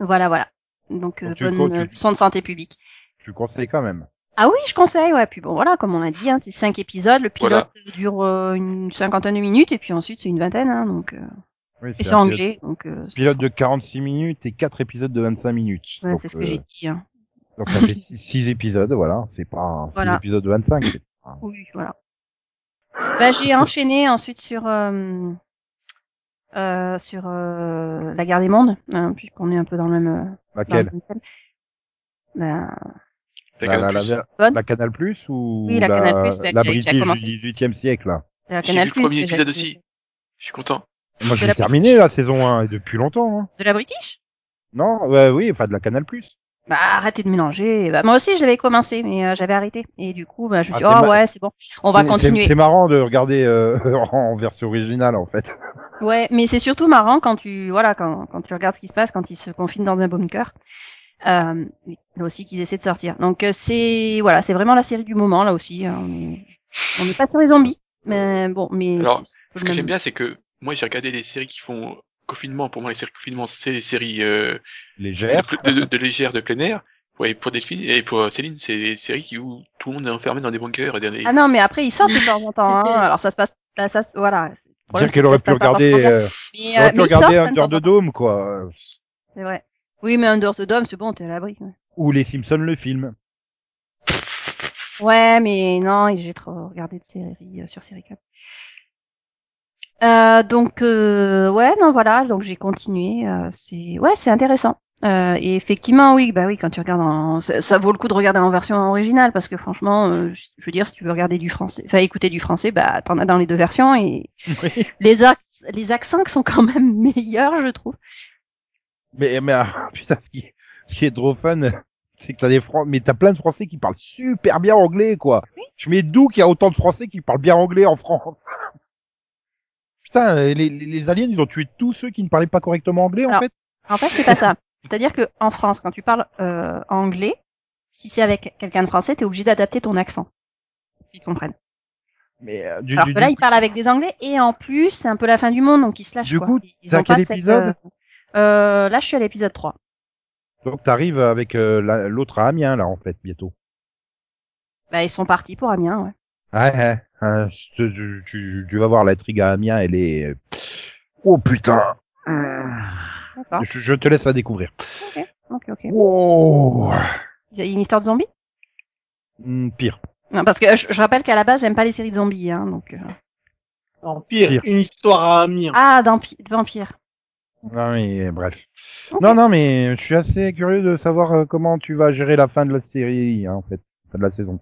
Speaker 4: Voilà, voilà. Donc, euh,
Speaker 2: Donc, tu
Speaker 4: bonne
Speaker 2: comptes-
Speaker 4: euh,
Speaker 2: tu-
Speaker 4: leçon de santé publique.
Speaker 2: tu conseilles quand même.
Speaker 4: Ah oui, je conseille, ouais. Puis bon, voilà, comme on a dit, hein, c'est cinq épisodes. Le pilote
Speaker 3: Voilà.
Speaker 4: dure euh, une cinquantaine de minutes, et puis ensuite c'est une vingtaine, hein, donc. euh,
Speaker 2: Oui,
Speaker 4: et
Speaker 2: un
Speaker 4: c'est
Speaker 2: pilote-
Speaker 4: anglais, donc. euh, c'est-
Speaker 2: Pilote de 46 minutes et 4 épisodes de 25 minutes.
Speaker 4: Ouais,
Speaker 2: Donc,
Speaker 4: c'est ce que
Speaker 2: euh,
Speaker 4: j'ai dit. hein.
Speaker 2: Donc ça fait 6 épisodes, voilà. C'est pas 6
Speaker 4: Voilà.
Speaker 2: épisodes de 25. c'est-
Speaker 4: Oui, voilà. Bah, j'ai enchaîné ensuite sur euh, euh, sur euh, la guerre des mondes, hein, puisqu'on est un peu dans le même. euh, dans
Speaker 2: Laquelle
Speaker 4: le même thème. Bah, La-
Speaker 2: la,
Speaker 3: La Canal+.
Speaker 2: Bah, la, la, la- la Canal Plus ou
Speaker 4: Oui, la Canal+,
Speaker 2: la,
Speaker 4: là, qui a-
Speaker 2: la
Speaker 4: qui a
Speaker 2: British
Speaker 4: commencé.
Speaker 2: du 18e siècle là.
Speaker 4: la
Speaker 3: J'ai
Speaker 4: Canal+,
Speaker 3: vu le premier
Speaker 4: que j'ai-
Speaker 3: épisode aussi. Je suis content.
Speaker 2: Et Moi
Speaker 4: De
Speaker 2: j'ai
Speaker 4: la
Speaker 2: terminé
Speaker 4: British.
Speaker 2: la saison 1 et depuis longtemps. Hein.
Speaker 4: De la British
Speaker 2: Non, ouais, oui, enfin de la Canal Plus.
Speaker 4: Bah arrêtez de mélanger. Bah, moi aussi j'avais commencé mais euh, j'avais arrêté et du coup bah je me
Speaker 2: Ah,
Speaker 4: suis dit,
Speaker 2: c'est
Speaker 4: oh
Speaker 2: ma-
Speaker 4: ouais c'est bon on va continuer.
Speaker 2: C'est marrant de regarder euh, en version originale en fait.
Speaker 4: Ouais mais c'est surtout marrant quand tu voilà quand, quand tu regardes ce qui se passe quand ils se confinent dans un bunker. Euh, mais là aussi qu'ils essaient de sortir. Donc euh, c'est voilà c'est vraiment la série du moment là aussi. hein. On n'est pas sur les zombies mais bon mais
Speaker 3: Alors,
Speaker 4: c'est- c'est
Speaker 3: Ce
Speaker 4: le
Speaker 3: que j'aime
Speaker 4: même-
Speaker 3: bien, c'est que moi, j'ai regardé des séries qui font confinement. Pour moi, les séries confinement, c'est des séries euh, de,
Speaker 2: Légère.
Speaker 3: pl- de, de légères, de plein air. Ouais, pour Delphine et pour Céline, c'est des séries qui, où tout le monde est enfermé dans des bunkers et dans des...
Speaker 4: Ah non mais après ils sortent de temps en temps. hein. Alors ça se passe là ça se- voilà. c'est- le problème,
Speaker 2: Dire
Speaker 4: c'est
Speaker 2: qu'elle
Speaker 4: que ça
Speaker 2: aurait
Speaker 4: se
Speaker 2: pu
Speaker 4: passe pas
Speaker 2: regarder,
Speaker 4: forcément bien.
Speaker 2: euh,
Speaker 4: Mais,
Speaker 2: elle
Speaker 4: euh,
Speaker 2: aurait pu
Speaker 4: mais ils
Speaker 2: regarder
Speaker 4: sortent, hein, de
Speaker 2: Under
Speaker 4: temps en
Speaker 2: the
Speaker 4: temps.
Speaker 2: Dome quoi, euh,
Speaker 4: C'est vrai. Oui mais Under the Dome c'est bon t'es à l'abri. ouais.
Speaker 2: ou Les Simpsons le film.
Speaker 4: Ouais, mais non, j'ai trop regardé de séries euh, sur série Club. Euh, donc euh, ouais, non voilà, donc j'ai continué. euh, c'est ouais, c'est intéressant. Euh, et effectivement, oui, bah oui, quand tu regardes, en... ça, ça vaut le coup de regarder en version originale parce que franchement, euh, je je veux dire, si tu veux regarder du français, enfin écouter du français, bah t'en as dans les deux versions et
Speaker 2: Oui.
Speaker 4: les acc- les accents qui sont quand même meilleurs, je trouve.
Speaker 2: Mais mais ah, putain ce qui, ce qui est trop fun, c'est que t'as des Fran- mais t'as plein de Français qui parlent super bien anglais quoi. Je mets d'où qu'il y a autant de Français qui parlent bien anglais en France. Putain, euh, les, les, les aliens ils ont tué tous ceux qui ne parlaient pas correctement anglais en
Speaker 4: Alors,
Speaker 2: fait.
Speaker 4: En fait, c'est pas ça. C'est-à-dire que en France, quand tu parles euh, anglais, si c'est avec quelqu'un de français, t'es obligé d'adapter ton accent. Ils comprennent.
Speaker 2: Mais euh, du,
Speaker 4: Alors
Speaker 2: du-
Speaker 4: que là,
Speaker 2: du
Speaker 4: ils parlent avec des Anglais et en plus, c'est un peu la fin du monde, donc ils se lâchent
Speaker 2: Du
Speaker 4: quoi.
Speaker 2: coup,
Speaker 4: ils
Speaker 2: t'es à
Speaker 4: ont pas
Speaker 2: quel
Speaker 4: cette,
Speaker 2: épisode
Speaker 4: euh, euh, Là, je suis à l'épisode 3.
Speaker 2: Donc t'arrives avec euh, la- l'autre à Amiens là en fait bientôt.
Speaker 4: Bah, ils sont partis pour Amiens, ouais.
Speaker 2: Ouais, ouais. Euh, tu, tu- tu- tu vas voir la trigue à Amiens, elle est. Oh putain.
Speaker 4: D'accord.
Speaker 2: Je, je te laisse la découvrir.
Speaker 4: Ok, ok.
Speaker 2: Wow.
Speaker 4: Il y a une histoire de zombie
Speaker 2: Hmm, pire.
Speaker 4: Non, parce que euh, je, je rappelle qu'à la base, j'aime pas les séries de zombies, hein, donc. euh.
Speaker 6: En pire,
Speaker 2: Pire.
Speaker 6: une histoire à Amir.
Speaker 4: Ah, d'ampi- de vampires.
Speaker 2: Non mais Ah bref.
Speaker 4: Ok.
Speaker 2: Non non mais je suis assez curieux de savoir euh, comment tu vas gérer la fin de la série hein, en fait, fin de la saison.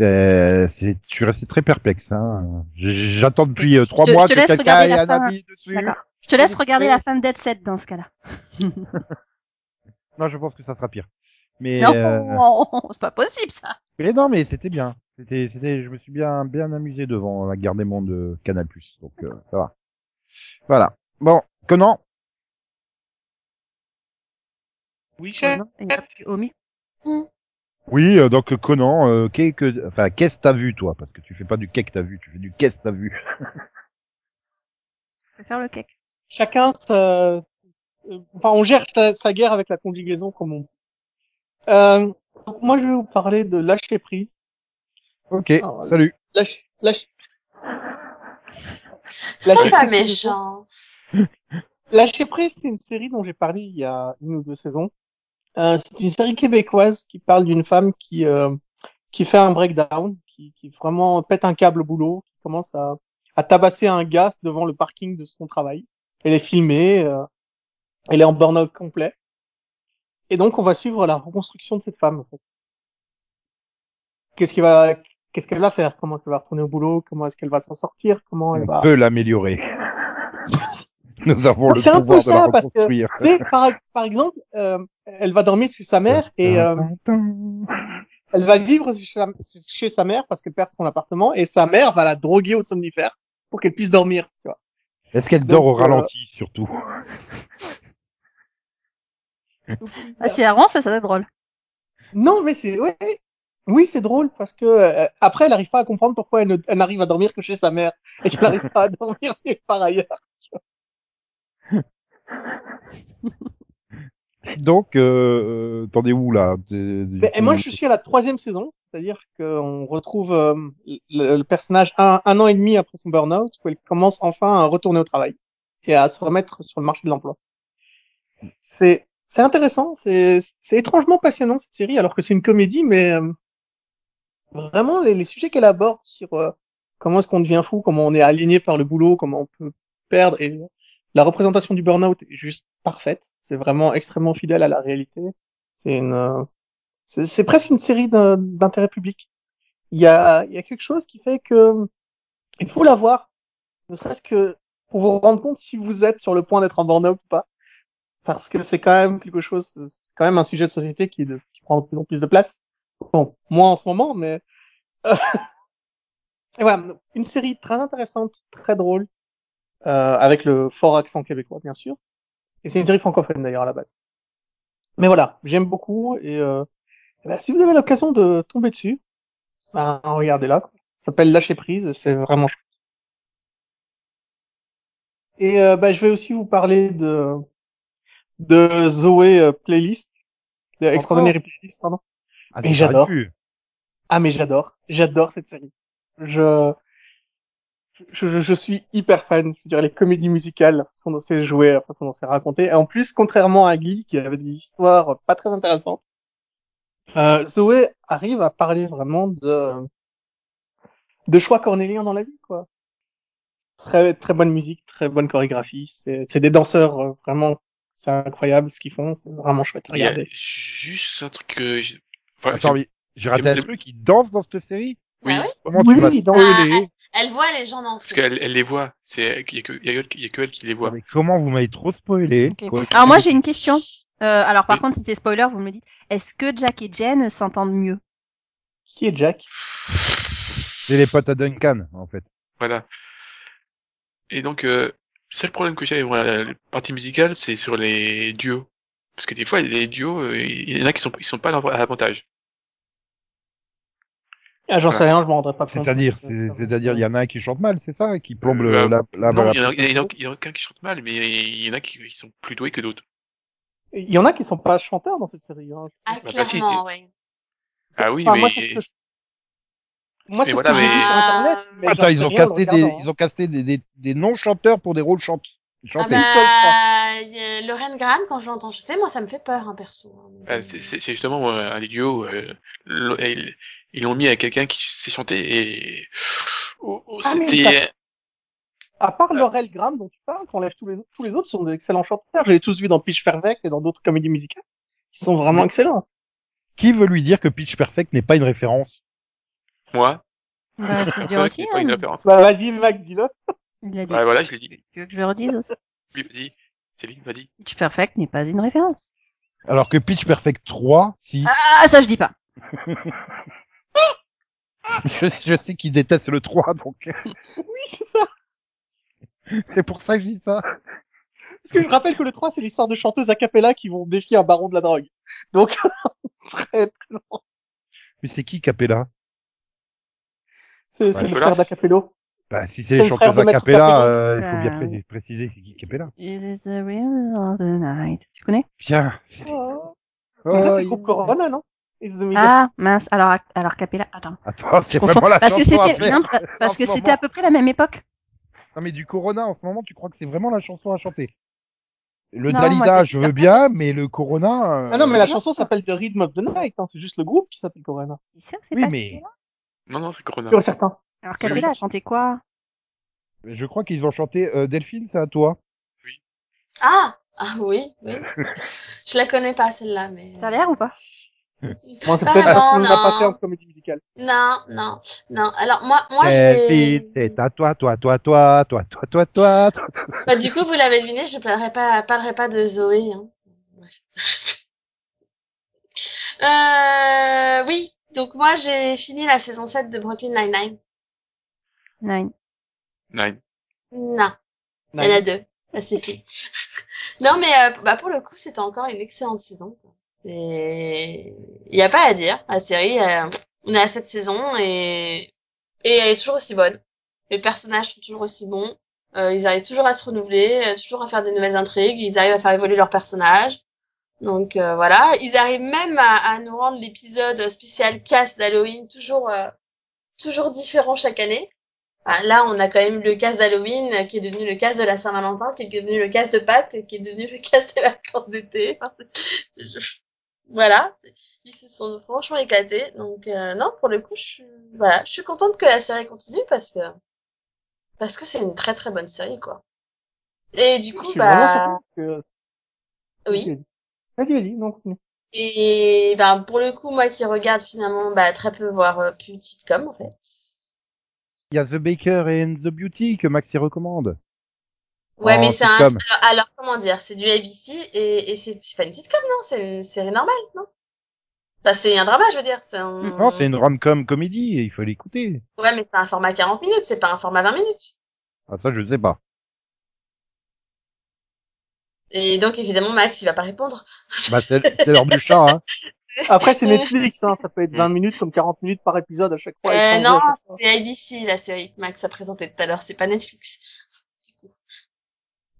Speaker 2: Euh, c'est, je suis resté très perplexe. Hein. J'ai- J'attends depuis euh, trois
Speaker 4: Je- je
Speaker 2: mois
Speaker 4: te
Speaker 2: que
Speaker 4: laisse
Speaker 2: quelqu'un
Speaker 4: regarder
Speaker 2: ait
Speaker 4: la
Speaker 2: un
Speaker 4: fin.
Speaker 2: avis dessus.
Speaker 4: D'accord. Je te laisse regarder
Speaker 2: euh,
Speaker 4: la fin de Dead Set dans ce cas-là.
Speaker 2: Non, je pense que ça sera pire. Mais
Speaker 4: non,
Speaker 2: euh,
Speaker 4: c'est pas possible ça.
Speaker 2: mais non mais c'était bien. C'était c'était je me suis bien bien amusé devant la guerre des mondes de Canal+. Donc euh, ça va. Voilà. Bon, Conan,
Speaker 6: Oui,
Speaker 4: Oh
Speaker 6: chef.
Speaker 4: non, il y a plus au micro.
Speaker 2: Oui, euh, donc Conan, euh, qu'est- que, enfin, qu'est-ce que t'as vu toi Parce que tu fais pas du cake t'as vu, tu fais du qu'est-ce que t'as vu.
Speaker 4: Je vais faire le cake.
Speaker 6: Chacun sa... euh, Enfin, on gère sa, sa guerre avec la conjugaison comme on... Euh, donc moi, je vais vous parler de lâcher prise.
Speaker 2: Ok,
Speaker 6: Ah, voilà.
Speaker 2: salut.
Speaker 6: Lâche, lâche,
Speaker 5: Sois
Speaker 6: Lâcher
Speaker 5: pas
Speaker 6: prise, c'est une
Speaker 5: méchant.
Speaker 6: Lâcher prise, c'est une série dont j'ai parlé il y a une ou deux saisons. Euh, c'est une série québécoise qui parle d'une femme qui euh, qui fait un breakdown, qui, qui vraiment pète un câble au boulot, qui commence à, à tabasser un gars devant le parking de son travail. Elle est filmée, euh, elle est en burn-out complet. Et donc on va suivre la reconstruction de cette femme. En fait. Qu'est-ce qu'elle va, qu'est-ce qu'elle va faire Comment est-ce qu'elle va retourner au boulot Comment est-ce qu'elle va s'en sortir Comment elle
Speaker 2: On
Speaker 6: va
Speaker 2: peut l'améliorer. Nous avons le
Speaker 6: C'est un peu
Speaker 2: pouvoir de la
Speaker 6: ça, parce que-
Speaker 2: reconstruire.
Speaker 6: Tu sais, par, par exemple, euh, elle va dormir chez sa mère et euh, elle va vivre chez sa- chez sa mère parce qu'elle perd son appartement et sa mère va la droguer au somnifère pour qu'elle puisse dormir. Tu vois.
Speaker 2: Est-ce qu'elle dort au
Speaker 6: Donc, euh,
Speaker 2: ralenti surtout
Speaker 4: Ah, si elle ronfle, ça doit être drôle.
Speaker 6: Non, mais c'est ouais, oui, c'est drôle parce que euh, après, elle n'arrive pas à comprendre pourquoi elle ne- elle n'arrive à dormir que chez sa mère et qu'elle n'arrive pas à dormir nulle part ailleurs.
Speaker 2: Donc, euh, euh, t'en es où là T'es-
Speaker 6: Mais, et Ben, moi, je suis à la troisième saison, c'est-à-dire qu'on retrouve euh, le, le personnage un, un an et demi après son burn-out, où elle commence enfin à retourner au travail et à se remettre sur le marché de l'emploi. C'est c'est intéressant, c'est c'est étrangement passionnant cette série, alors que c'est une comédie, mais euh, vraiment les, les sujets qu'elle aborde sur euh, comment est-ce qu'on devient fou, comment on est aligné par le boulot, comment on peut perdre, et la représentation du burn-out est juste parfaite. C'est vraiment extrêmement fidèle à la réalité. C'est une euh, c'est c'est presque une série d'un- d'intérêt public. Il y a, il y a quelque chose qui fait que il faut la voir, ne serait-ce que pour vous rendre compte si vous êtes sur le point d'être en burn-out ou pas. Parce que c'est quand même quelque chose, c'est quand même un sujet de société qui, est de- qui prend de plus en plus de place. Bon, moins en ce moment, mais... Et voilà, une série très intéressante, très drôle, euh, avec le fort accent québécois, bien sûr. Et c'est une série francophone, d'ailleurs, à la base. Mais voilà, j'aime beaucoup, et... euh, eh ben, si vous avez l'occasion de tomber dessus, ben, regardez-la. quoi. Ça s'appelle Lâcher prise, et c'est vraiment chouette. Et euh, ben, je vais aussi vous parler de de Zoé euh, Playlist, de Extraordinary Playlist, pardon.
Speaker 2: Ah,
Speaker 6: Mais
Speaker 2: t'es
Speaker 6: j'adore.
Speaker 2: perdu.
Speaker 6: Ah mais j'adore, j'adore cette série. Je... Je, je- je suis hyper fan. Je veux dire, les comédies musicales, la façon dont c'est joué, la façon dont c'est raconté. Et en plus, contrairement à Glee, qui avait des histoires pas très intéressantes, euh, Zoé arrive à parler vraiment de, de choix cornéliens dans la vie, quoi. Très, très bonne musique, très bonne chorégraphie. C'est c'est des danseurs, euh, vraiment. C'est incroyable ce qu'ils font. C'est vraiment chouette à
Speaker 3: Il y a
Speaker 6: regarder.
Speaker 3: juste un truc que j'ai- Enfin,
Speaker 2: Attends, mais j'ai raté un
Speaker 3: J'aime-
Speaker 2: truc. Il danse dans cette série
Speaker 5: Oui.
Speaker 2: Comment
Speaker 6: Oui,
Speaker 2: tu m'as
Speaker 6: il danse.
Speaker 2: spoilé
Speaker 5: Ah Elle voit les gens
Speaker 3: Parce
Speaker 5: danser.
Speaker 3: qu'elle elle les voit. C'est il y a que il y a que- il y a que elle qui les
Speaker 2: Ah,
Speaker 3: voit.
Speaker 2: mais Comment vous m'avez trop spoilé
Speaker 4: Ok.
Speaker 2: Quoi
Speaker 6: Ah.
Speaker 4: Alors moi, j'ai une question. Euh, alors par
Speaker 3: Oui.
Speaker 4: contre, si c'est spoiler, vous me le dites. Est-ce que Jack et Jen s'entendent mieux
Speaker 6: Qui est Jack?
Speaker 2: C'est les potes à Duncan en fait.
Speaker 3: Voilà. Et donc, euh, le seul problème que j'ai avec la partie musicale, c'est sur les duos. Parce que des fois, les duos, euh, il y en a qui sont, ils sont pas à l'avantage.
Speaker 6: Ah, j'en sais rien, je m'en rendrai pas compte.
Speaker 2: C'est-à-dire, c'est- c'est-à-dire, il y en a un qui chante mal, c'est ça, qui plombe le-
Speaker 3: Euh,
Speaker 2: la,
Speaker 6: Ah
Speaker 2: la,
Speaker 3: non,
Speaker 6: bah
Speaker 2: la-
Speaker 3: il y en a, il y en a- il y en a qu'un qui chante mal, mais il y en a qui, qui sont plus doués que d'autres.
Speaker 6: Il y en a qui sont pas chanteurs dans cette série. hein.
Speaker 5: Ah,
Speaker 3: bah, si,
Speaker 5: clairement, oui.
Speaker 3: Ah oui,
Speaker 6: Enfin,
Speaker 3: mais
Speaker 6: moi, c'est ce que je... Moi,
Speaker 3: Mais
Speaker 6: c'est ce
Speaker 3: voilà,
Speaker 6: que j'ai
Speaker 3: mais-
Speaker 6: vu sur Internet. mais
Speaker 2: Attends,
Speaker 6: j'en
Speaker 2: ils
Speaker 6: sais
Speaker 2: ont
Speaker 6: rien en le
Speaker 2: casté des,
Speaker 6: regardant, hein.
Speaker 2: ils ont casté des, des, des non-chanteurs pour des rôles chant-
Speaker 5: Ah
Speaker 2: chantés.
Speaker 5: bah, il y a Lorraine Graham, quand je l'entends
Speaker 3: ah,
Speaker 5: chanter, moi, ça me fait peur, hein, perso.
Speaker 3: euh, c'est c'est- c'est justement euh, un des duos. euh, le- et- Ils l'ont mis à quelqu'un qui sait chanter et oh, oh,
Speaker 6: Ah, mais
Speaker 3: c'était
Speaker 6: À part Laurel Graham dont tu parles, t'enlèves tous les autres, tous les autres sont d'excellents chanteurs. Je les ai tous vus dans Pitch Perfect et dans d'autres comédies musicales. Ils sont vraiment excellents.
Speaker 2: Qui veut lui dire que Pitch Perfect n'est pas une référence
Speaker 3: moi.
Speaker 4: Bah, je peux le dire
Speaker 3: Ouais,
Speaker 4: aussi.
Speaker 3: Ah, c'est pas une
Speaker 4: hein.
Speaker 3: référence.
Speaker 6: Bah, vas-y, Max, dis-le.
Speaker 4: Il a dit.
Speaker 3: Ouais, voilà, je l'ai dit.
Speaker 4: Tu veux que je le redise aussi
Speaker 3: Lui m'a dit. Céline m'a dit.
Speaker 4: Pitch Perfect n'est pas une référence.
Speaker 2: Alors que Pitch Perfect 3, si.
Speaker 4: Ah, ça je dis pas.
Speaker 5: Ah.
Speaker 2: Je, je sais qu'il déteste le 3, donc
Speaker 6: Oui, c'est ça.
Speaker 2: c'est pour ça que je dis ça.
Speaker 6: Parce que je rappelle que le 3, c'est l'histoire de chanteuses a cappella qui vont défier un baron de la drogue. Donc, très,
Speaker 2: Mais c'est qui Capella
Speaker 6: c'est c'est
Speaker 2: Ouais,
Speaker 6: le
Speaker 3: voilà.
Speaker 6: frère d'Acapello.
Speaker 2: Bah, si c'est
Speaker 6: C'est
Speaker 2: les
Speaker 6: le frère
Speaker 2: chanteurs
Speaker 6: de
Speaker 2: a
Speaker 6: Maître
Speaker 2: cappella,
Speaker 6: Capella.
Speaker 2: euh, il faut bien
Speaker 4: Euh,
Speaker 2: pré- préciser c'est qui Capella.
Speaker 4: It is the real of the night. Tu connais
Speaker 2: Bien.
Speaker 6: Oh.
Speaker 2: Oh,
Speaker 6: ça,
Speaker 2: il-
Speaker 6: c'est le groupe Corona, non It's the middle.
Speaker 4: Ah mince. Alors alors Capella. Attends.
Speaker 2: Attends, c'est
Speaker 4: Je confonds.
Speaker 2: vraiment la
Speaker 4: Parce que
Speaker 2: chanson à
Speaker 4: c'était
Speaker 2: faire.
Speaker 4: non, pa- parce que
Speaker 2: ce
Speaker 4: c'était à
Speaker 2: moment.
Speaker 4: peu près la même époque.
Speaker 2: Non mais du Corona en ce moment, tu crois que c'est vraiment la chanson à chanter Le
Speaker 4: Non,
Speaker 2: Dalida,
Speaker 4: moi, c'est-
Speaker 2: je veux bien, mais le Corona. euh,
Speaker 6: Ah non, mais la chanson s'appelle The Rhythm of the Night, hein. c'est juste le groupe qui s'appelle Corona.
Speaker 4: C'est sûr que c'est
Speaker 2: Oui,
Speaker 4: pas
Speaker 2: mais
Speaker 3: Non, non, c'est Corona.
Speaker 6: Sûr, certain.
Speaker 4: Alors
Speaker 3: Oui, oui.
Speaker 4: Capella a chanté quoi
Speaker 2: je crois qu'ils ont chanté euh, Delphine, c'est à toi.
Speaker 5: Ah Ah oui, oui. Je la connais pas celle-là, mais.
Speaker 4: T'as l'air ou pas
Speaker 6: Moi, c'est
Speaker 5: Pas
Speaker 6: peut-être parce
Speaker 5: vraiment,
Speaker 6: qu'on ne l'a pas
Speaker 5: non.
Speaker 6: fait en comédie musicale.
Speaker 5: Non, non, non. Alors moi, moi
Speaker 2: Delphine,
Speaker 5: j'ai.
Speaker 2: c'est à toi, toi, toi, toi, toi, toi, toi, toi. toi.
Speaker 5: Bah, du coup, vous l'avez deviné, je parlerai pas, parlerai pas de Zoé. Hein. Ouais. euh, oui, donc moi j'ai fini la saison 7 de Brooklyn Nine-Nine.
Speaker 4: Nine.
Speaker 3: Nine.
Speaker 5: Non,
Speaker 6: Non.
Speaker 5: elle a deux, ça suffit. non, mais euh, bah, pour le coup, c'était encore une excellente saison. Il n'y a pas à dire, la série, euh, on est à cette saison et... et elle est toujours aussi bonne. Les personnages sont toujours aussi bons, Euh, ils arrivent toujours à se renouveler, euh, toujours à faire des nouvelles intrigues, ils arrivent à faire évoluer leurs personnages. Donc euh, voilà, ils arrivent même à, à nous rendre l'épisode spécial casse d'Halloween toujours euh, toujours différent chaque année. Ah, là, on a quand même le casse d'Halloween euh, qui est devenu le casse de la Saint-Valentin, qui est devenu le casse de Pâques, qui est devenu le casse des vacances d'été. Enfin, c'est- c'est- je- voilà, c'est- ils se sont franchement éclatés. Donc euh, non, pour le coup, je suis voilà, je suis contente que la série continue parce que parce que c'est une très très bonne série quoi. Et du
Speaker 6: Je
Speaker 5: coup,
Speaker 6: suis
Speaker 5: bah
Speaker 6: vraiment surpris que...
Speaker 5: oui.
Speaker 6: Vas-y, vas-y, non, continue.
Speaker 5: Et ben pour le coup, moi qui regarde finalement bah, très peu, voire euh, plus de sitcom en fait.
Speaker 2: Il y a The Baker and the Beauty que Maxi recommande. Oh,
Speaker 5: Ouais,
Speaker 2: En
Speaker 5: mais c'est un.
Speaker 2: sitcom.
Speaker 5: Alors, alors, comment dire, c'est du ABC et, et c'est c'est pas une sitcom non, c'est une série normale non. Bah c'est un drama, je veux dire. C'est un...
Speaker 2: Mm, Non, c'est une rom-com comédie, il faut l'écouter.
Speaker 5: Ouais, mais c'est un format 40 minutes, c'est pas un format 20 minutes.
Speaker 2: Ah ça, je sais pas.
Speaker 5: Et donc évidemment Max il va pas répondre.
Speaker 2: Bah c'est c'est l'heure du chat. Hein.
Speaker 6: Après, c'est Netflix, hein, ça peut être 20 minutes comme 40 minutes par épisode à chaque fois.
Speaker 5: Euh,
Speaker 6: et changer à
Speaker 5: non,
Speaker 6: chaque fois.
Speaker 5: C'est ABC la série que Max a présentée tout à l'heure, c'est pas Netflix.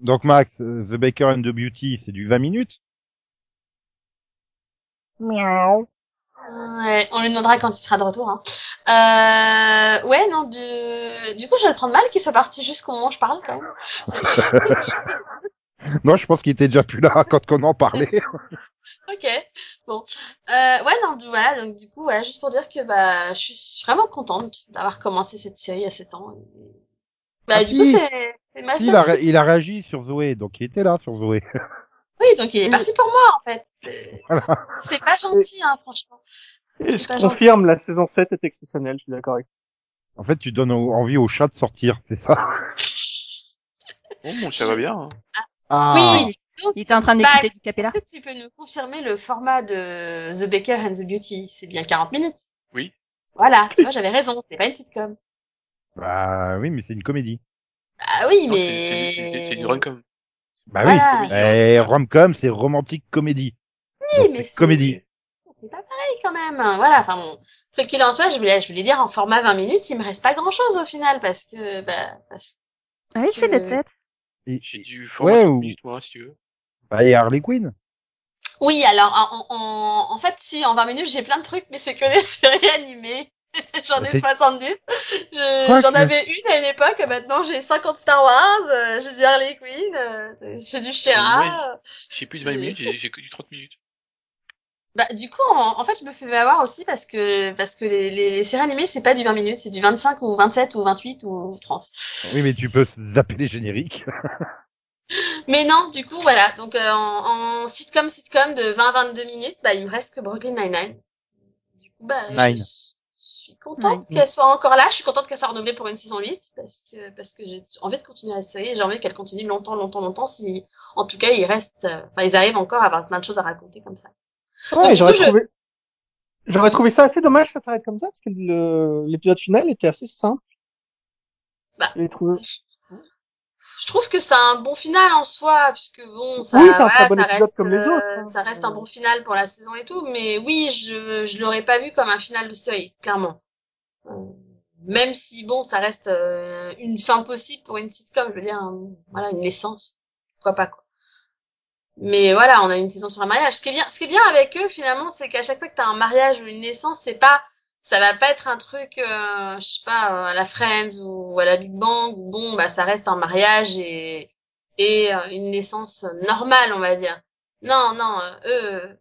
Speaker 2: Donc Max, euh, The Baker and the Beauty, c'est du 20 minutes.
Speaker 5: Ouais, on lui demandera quand il sera de retour. Hein. Euh, ouais, non, du... du coup, je vais le prendre mal qu'il soit parti jusqu'au moment où je parle, quand même.
Speaker 2: Non, je pense qu'il était déjà plus là quand on en parlait.
Speaker 5: Ok, bon. Euh, ouais, non, du- voilà, donc du coup, ouais, juste pour dire que bah, je suis vraiment contente d'avoir commencé cette série à 7 ans. Bah,
Speaker 2: Ah,
Speaker 5: du
Speaker 2: si.
Speaker 5: coup, c'est c'est ma
Speaker 2: Il a,
Speaker 5: seule...
Speaker 2: ré- il a réagi sur Zoé, donc il était là sur Zoé.
Speaker 5: Oui, donc il est parti pour moi, en fait. C'est
Speaker 2: Voilà.
Speaker 5: c'est pas gentil, hein, franchement.
Speaker 6: Et
Speaker 5: pas
Speaker 6: je
Speaker 5: gentil.
Speaker 6: confirme, la saison 7 est exceptionnelle, je suis d'accord avec
Speaker 2: En fait, tu donnes au- envie au chat de sortir, c'est ça
Speaker 3: Oh, mon chat va bien. hein.
Speaker 2: Ah.
Speaker 5: Oui,
Speaker 4: Il était en train
Speaker 5: Bah,
Speaker 4: d'écouter du Capella.
Speaker 5: est-ce que tu peux nous confirmer le format de The Baker and the Beauty C'est bien 40 minutes
Speaker 3: Oui.
Speaker 5: Voilà, tu vois, j'avais raison, c'est pas une sitcom.
Speaker 2: Bah oui, mais c'est une comédie.
Speaker 5: Ah oui,
Speaker 3: Non, c'est-
Speaker 5: mais...
Speaker 3: c'est- c'est- c'est- C'est une rom-com.
Speaker 2: Bah
Speaker 5: Voilà.
Speaker 2: oui. Et rom-com, c'est romantique comédie.
Speaker 5: Oui,
Speaker 2: Donc,
Speaker 5: mais
Speaker 2: c'est
Speaker 5: c'est-
Speaker 2: comédie.
Speaker 5: C'est pas pareil quand même. Voilà, enfin bon. Quoi qu'il en soit, je voulais, je voulais dire en format 20 minutes, il me reste pas grand chose au final parce que, bah, parce
Speaker 4: Ah oui, c'est
Speaker 5: que-
Speaker 4: Dead Set.
Speaker 2: Et,
Speaker 3: J'ai du format
Speaker 2: Ouais,
Speaker 3: 30
Speaker 2: ou-
Speaker 3: minutes, moi, si tu veux.
Speaker 2: bah, et Harley Quinn.
Speaker 5: Oui, alors, en, en, en- en fait, si, en 20 minutes, j'ai plein de trucs, mais c'est que des séries animées. J'en ai
Speaker 2: C'est-
Speaker 5: 70. Je-
Speaker 2: Quoi
Speaker 5: J'en
Speaker 2: que-
Speaker 5: avais une à une époque, et maintenant j'ai 50 Star Wars, euh, j'ai du Harley Quinn, euh, j'ai du Shira.
Speaker 3: J'ai plus de 20
Speaker 5: C'est-
Speaker 3: minutes, j'ai- j'ai que du 30 minutes.
Speaker 5: Bah, du coup, en, en fait, je me fais avoir aussi parce que, parce que les, les, les séries animées, c'est pas du 20 minutes, c'est du 25 ou 27 ou 28 ou 30.
Speaker 2: Oui, mais tu peux zapper les génériques.
Speaker 5: Mais non, du coup, voilà. Donc, euh, en, en sitcom, sitcom de 20 à 22 minutes, bah, il me reste que Brooklyn Nine-Nine. Du coup, bah,
Speaker 2: Nine.
Speaker 5: je suis- je suis contente qu'elle soit encore là. Je suis contente qu'elle soit renouvelée pour une saison 8 parce que, parce que j'ai envie de continuer la série et j'ai envie qu'elle continue longtemps, longtemps, longtemps si, en tout cas, ils restent, euh, enfin, ils arrivent encore à avoir plein de choses à raconter comme ça. Donc, Bah,
Speaker 6: Ouais,
Speaker 5: du
Speaker 6: j'aurais
Speaker 5: coup, je-
Speaker 6: trouvé, j'aurais trouvé ça assez dommage que ça s'arrête comme ça, parce que le- l'épisode final était assez simple.
Speaker 5: Bah.
Speaker 6: Je l'ai trouvé.
Speaker 5: je trouve que c'est un bon final en soi, puisque bon, ça,
Speaker 6: Oui, c'est un
Speaker 5: voilà,
Speaker 6: très bon
Speaker 5: ça
Speaker 6: épisode
Speaker 5: reste,
Speaker 6: comme les
Speaker 5: euh,
Speaker 6: autres, hein.
Speaker 5: ça reste un bon final pour la saison et tout, mais oui, je, je l'aurais pas vu comme un final de série, clairement. Euh, Même si bon, ça reste euh, une fin possible pour une sitcom, je veux dire, un- voilà, une naissance, pourquoi pas quoi. Mais voilà, on a une saison sur un mariage. Ce qui est bien, ce qui est bien avec eux finalement, c'est qu'à chaque fois que t'as un mariage ou une naissance, c'est pas ça va pas être un truc, euh, je sais pas, euh, à la Friends ou à la Big Bang. où, Bon, bah ça reste un mariage et et euh, une naissance normale, on va dire. Non, non, euh, eux, euh,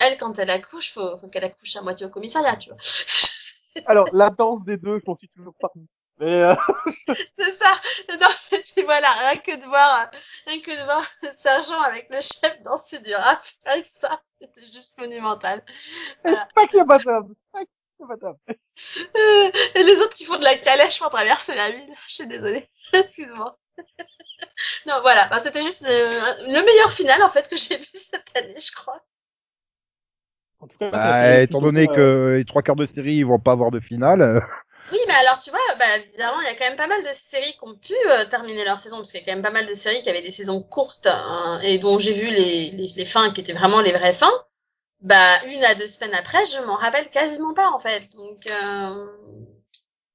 Speaker 5: elle quand elle accouche, faut, faut qu'elle accouche à moitié au commissariat, tu vois. c'est
Speaker 6: Alors, la danse des deux, je m'en suis toujours parmi. Mais, euh,
Speaker 5: ça. Non, mais puis voilà, rien que de voir, euh, rien que de voir le sergent avec le chef danser du rap, rien que ça, c'était juste monumental. Voilà.
Speaker 6: c'est pas qu'il y a pas d'âme, c'est pas qu'il y a pas d'âme.
Speaker 5: Euh, Et les autres qui font de la calèche pour traverser la ville. Je suis désolée. Excuse-moi. Non, voilà. Bah, c'était juste euh, le meilleur final, en fait, que j'ai vu cette année, je crois.
Speaker 6: En
Speaker 5: Ah,
Speaker 6: tout cas, ça
Speaker 2: Bah,
Speaker 6: fait
Speaker 2: étant
Speaker 6: plutôt,
Speaker 2: donné
Speaker 6: euh,
Speaker 2: que les trois quarts de série ils vont pas avoir de finale, euh,
Speaker 5: Oui, mais alors, tu vois, bah, évidemment, il y a quand même pas mal de séries qui ont pu euh, terminer leur saison, parce qu'il y a quand même pas mal de séries qui avaient des saisons courtes, hein, et dont j'ai vu les, les, les fins qui étaient vraiment les vraies fins. Bah, une à deux semaines après, je m'en rappelle quasiment pas, en fait. Donc, euh,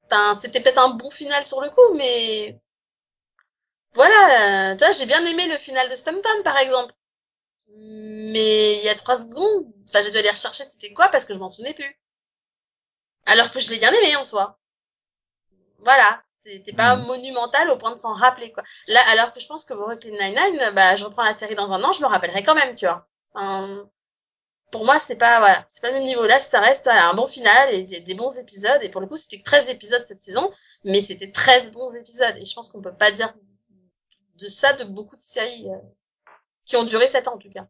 Speaker 5: ben, c'était peut-être un bon final sur le coup, mais Voilà, euh, tu vois, j'ai bien aimé le final de Stumptown, par exemple. Mais il y a trois secondes, enfin, j'ai dû aller rechercher c'était quoi parce que je m'en souvenais plus. Alors que je l'ai bien aimé en soi. Voilà, c'était pas monumental au point de s'en rappeler, quoi. Là, alors que je pense que Brooklyn Nine-Nine, bah, je reprends la série dans un an, je me rappellerai quand même, tu vois. Enfin, pour moi, c'est pas, voilà, c'est pas le même niveau. Là, ça reste, voilà, un bon final et des, des bons épisodes. Et pour le coup, c'était 13 épisodes cette saison, mais c'était 13 bons épisodes. Et je pense qu'on peut pas dire de ça de beaucoup de séries euh, qui ont duré 7 ans en tout cas.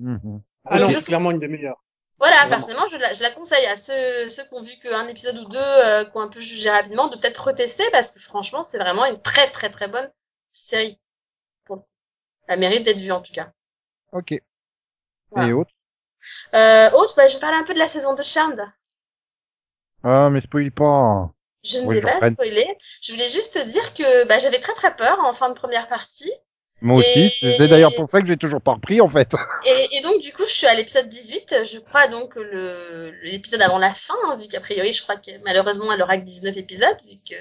Speaker 5: Mm-hmm.
Speaker 2: mhm.
Speaker 6: Ah non,
Speaker 5: je-
Speaker 6: c'est clairement une des meilleures.
Speaker 5: Voilà,
Speaker 6: Vraiment.
Speaker 5: personnellement, je la, je la conseille à ceux, ceux qui ont vu qu'un épisode ou deux, euh, qui ont un peu jugé rapidement, de peut-être retester parce que franchement, c'est vraiment une très très très bonne série. Pour le coup. Elle mérite d'être vue en tout cas.
Speaker 2: ok.
Speaker 5: Voilà.
Speaker 2: Et autres
Speaker 5: Euh, autre, bah, je vais parler un peu de la saison de Charmed.
Speaker 2: Ah, mais spoil pas.
Speaker 5: Je ne
Speaker 2: Oui,
Speaker 5: vais
Speaker 2: je
Speaker 5: pas
Speaker 2: reprenne.
Speaker 5: spoiler. Je voulais juste te dire que bah, j'avais très très peur en fin de première partie.
Speaker 2: Moi aussi,
Speaker 5: Et-
Speaker 2: c'est d'ailleurs pour ça que j'ai toujours pas repris en fait.
Speaker 5: Et, et donc, du coup, je suis à l'épisode 18, euh, je crois, donc, le, l'épisode avant la fin, hein, vu qu'a priori, je crois que malheureusement, elle aura que 19 épisodes, vu que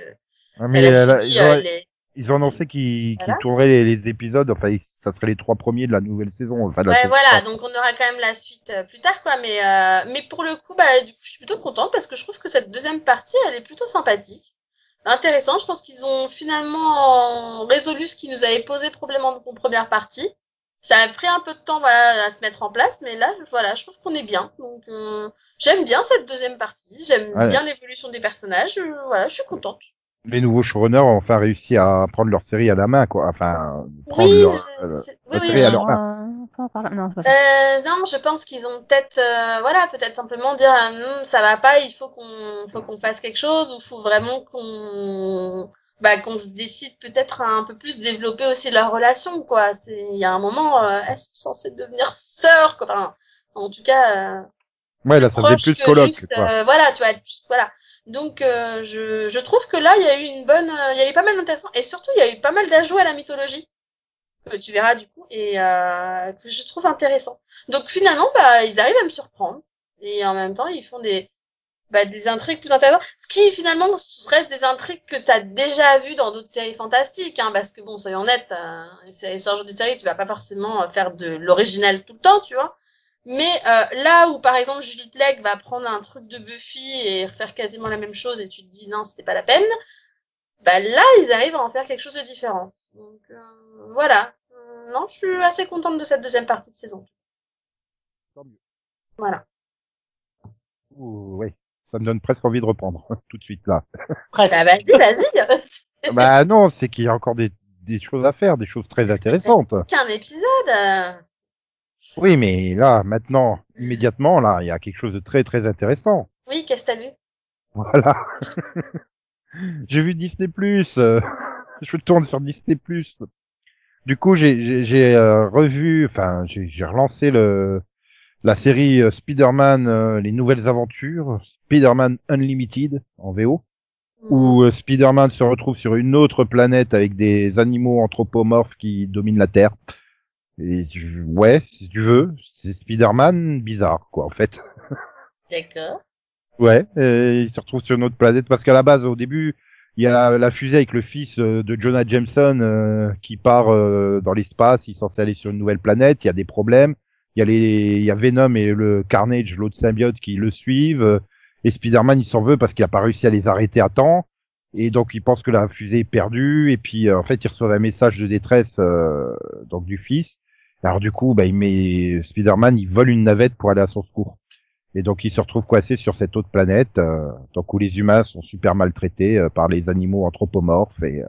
Speaker 2: Ah,
Speaker 5: elle a
Speaker 2: euh, là,
Speaker 5: subi,
Speaker 2: ils,
Speaker 5: euh,
Speaker 2: ont,
Speaker 5: les-
Speaker 2: ils ont annoncé qu'ils qu'ils
Speaker 5: Voilà.
Speaker 2: tourneraient les, les épisodes, enfin ils- ça serait les trois premiers de la nouvelle saison. Enfin, de la
Speaker 5: Ouais,
Speaker 2: saison
Speaker 5: voilà,
Speaker 2: trois.
Speaker 5: donc on aura quand même la suite euh, plus tard, quoi, mais, euh, mais pour le coup, bah, du coup, je suis plutôt contente parce que je trouve que cette deuxième partie, elle est plutôt sympathique. Intéressant, je pense qu'ils ont finalement résolu ce qui nous avait posé problème en, en première partie. Ça a pris un peu de temps, voilà, à se mettre en place, mais là, voilà, je trouve qu'on est bien. Donc, euh, j'aime bien cette deuxième partie, j'aime
Speaker 2: Ouais.
Speaker 5: bien l'évolution des personnages, euh, voilà, je suis contente.
Speaker 2: Les nouveaux showrunners ont enfin réussi à prendre leur série à la main, quoi. Enfin, prendre
Speaker 5: Oui,
Speaker 2: leur...
Speaker 5: je-
Speaker 2: euh,
Speaker 5: c'est- oui,
Speaker 2: le
Speaker 5: oui,
Speaker 2: trait à
Speaker 5: je-
Speaker 2: leur
Speaker 3: ah.
Speaker 4: Non, on parle- non, c'est pas ça.
Speaker 5: Euh, non, je pense qu'ils ont peut-être, euh, voilà, peut-être simplement dire, euh, Hmm, ça va pas, il faut qu'on, faut qu'on fasse quelque chose, ou faut vraiment qu'on, bah, qu'on se décide peut-être à un peu plus développer aussi leur relation, quoi. C'est, il y a un moment, euh, elles sont censées devenir sœurs, quoi. Enfin, en tout cas, euh,
Speaker 2: Ouais, là ça faisait
Speaker 5: proches
Speaker 2: plus
Speaker 5: que
Speaker 2: colloque,
Speaker 5: juste,
Speaker 2: quoi.
Speaker 5: euh, voilà, tu vois, juste- voilà. Donc, euh, je, je trouve que là, il y a eu une bonne, euh, il y a eu pas mal d'intéressants, et surtout, il y a eu pas mal d'ajouts à la mythologie que tu verras du coup et euh, que je trouve intéressant. Donc finalement, bah, ils arrivent à me surprendre et en même temps, ils font des bah, des intrigues plus intéressantes. Ce qui finalement reste des intrigues que tu as déjà vues dans d'autres séries fantastiques, hein, parce que bon, soyons honnêtes, euh, c'est sur un genre de série, tu vas pas forcément euh, faire de l'original tout le temps, tu vois. Mais euh, là où par exemple Julie Plec va prendre un truc de Buffy et refaire quasiment la même chose et tu te dis non, c'était pas la peine bah là, ils arrivent à en faire quelque chose de différent. Donc euh, voilà. Euh, Non, je suis assez contente de cette deuxième partie de saison. Voilà.
Speaker 2: Ouh, oui. Ça me donne presque envie de reprendre, tout de suite, là.
Speaker 6: Presque.
Speaker 5: Bah, vas-y, vas-y.
Speaker 2: bah non, c'est qu'il y a encore des, des choses à faire, des choses très intéressantes.
Speaker 5: Qu'un épisode. euh.
Speaker 2: Oui, mais là, maintenant, immédiatement, là, il y a quelque chose de très très intéressant.
Speaker 5: Oui, qu'est-ce que t'as vu
Speaker 2: Voilà. j'ai vu Disney Plus. je tourne sur Disney Plus. Du coup, j'ai- j'ai j'ai, euh, revu, enfin, j'ai j'ai relancé le la série euh, Spider-Man euh, les nouvelles aventures, Spider-Man Unlimited en VO,
Speaker 5: Mmh,
Speaker 2: où euh, Spider-Man se retrouve sur une autre planète avec des animaux anthropomorphes qui dominent la Terre. Et tu- ouais, si tu veux, c'est Spider-Man bizarre quoi en fait.
Speaker 5: D'accord.
Speaker 2: Ouais, et il se retrouve sur une autre planète parce qu'à la base, au début, il y a la, la fusée avec le fils euh, de Jonah Jameson euh, qui part euh, dans l'espace. Il est censé aller sur une nouvelle planète. Il y a des problèmes. Il y a les, il y a Venom et le Carnage, l'autre symbiote, qui le suivent. euh, Et Spider-Man, il s'en veut parce qu'il a pas réussi à les arrêter à temps. Et donc, il pense que la fusée est perdue. Et puis, euh, en fait, il reçoit un message de détresse euh, donc du fils. Alors du coup, bah, il met Spider-Man, il vole une navette pour aller à son secours. Et donc ils se retrouvent coincés sur cette autre planète, euh, donc où les humains sont super maltraités euh, par les animaux anthropomorphes. Et euh,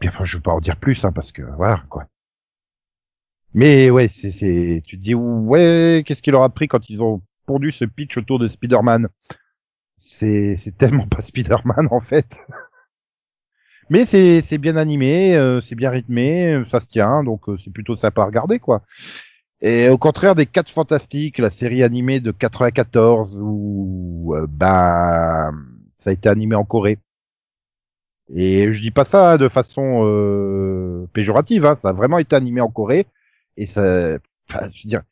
Speaker 2: puis enfin, je veux pas en dire plus, hein, parce que voilà quoi. Mais ouais, c'est, c'est, tu te dis ouais, qu'est-ce qu'il leur a pris quand ils ont pondu ce pitch autour de Spider-Man C'est, c'est tellement pas Spider-Man en fait. Mais c'est, c'est bien animé, euh, c'est bien rythmé, euh, ça se tient, donc euh, c'est plutôt sympa à regarder quoi. Et au contraire des 4 Fantastiques, la série animée de 94 où euh, bah ça a été animé en Corée. Et je dis pas ça hein, de façon euh, péjorative, hein, ça a vraiment été animé en Corée. Et ça, enfin, je veux dire,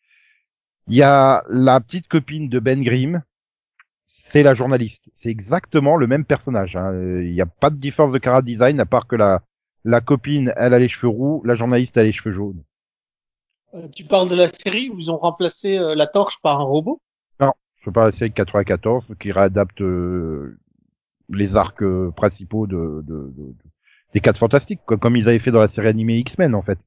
Speaker 2: il y a la petite copine de Ben Grimm, c'est la journaliste. C'est exactement le même personnage. hein. Euh, Il n'y a pas de différence de cara design à part que la la copine, elle a les cheveux roux, la journaliste elle a les cheveux jaunes.
Speaker 6: Euh, tu parles de la série où ils ont remplacé euh, la torche par un robot
Speaker 2: je parle de la série de 94 qui réadapte euh, les arcs euh, principaux de, de- de- de- des quatre fantastiques quoi, comme ils avaient fait dans la série animée X-Men en fait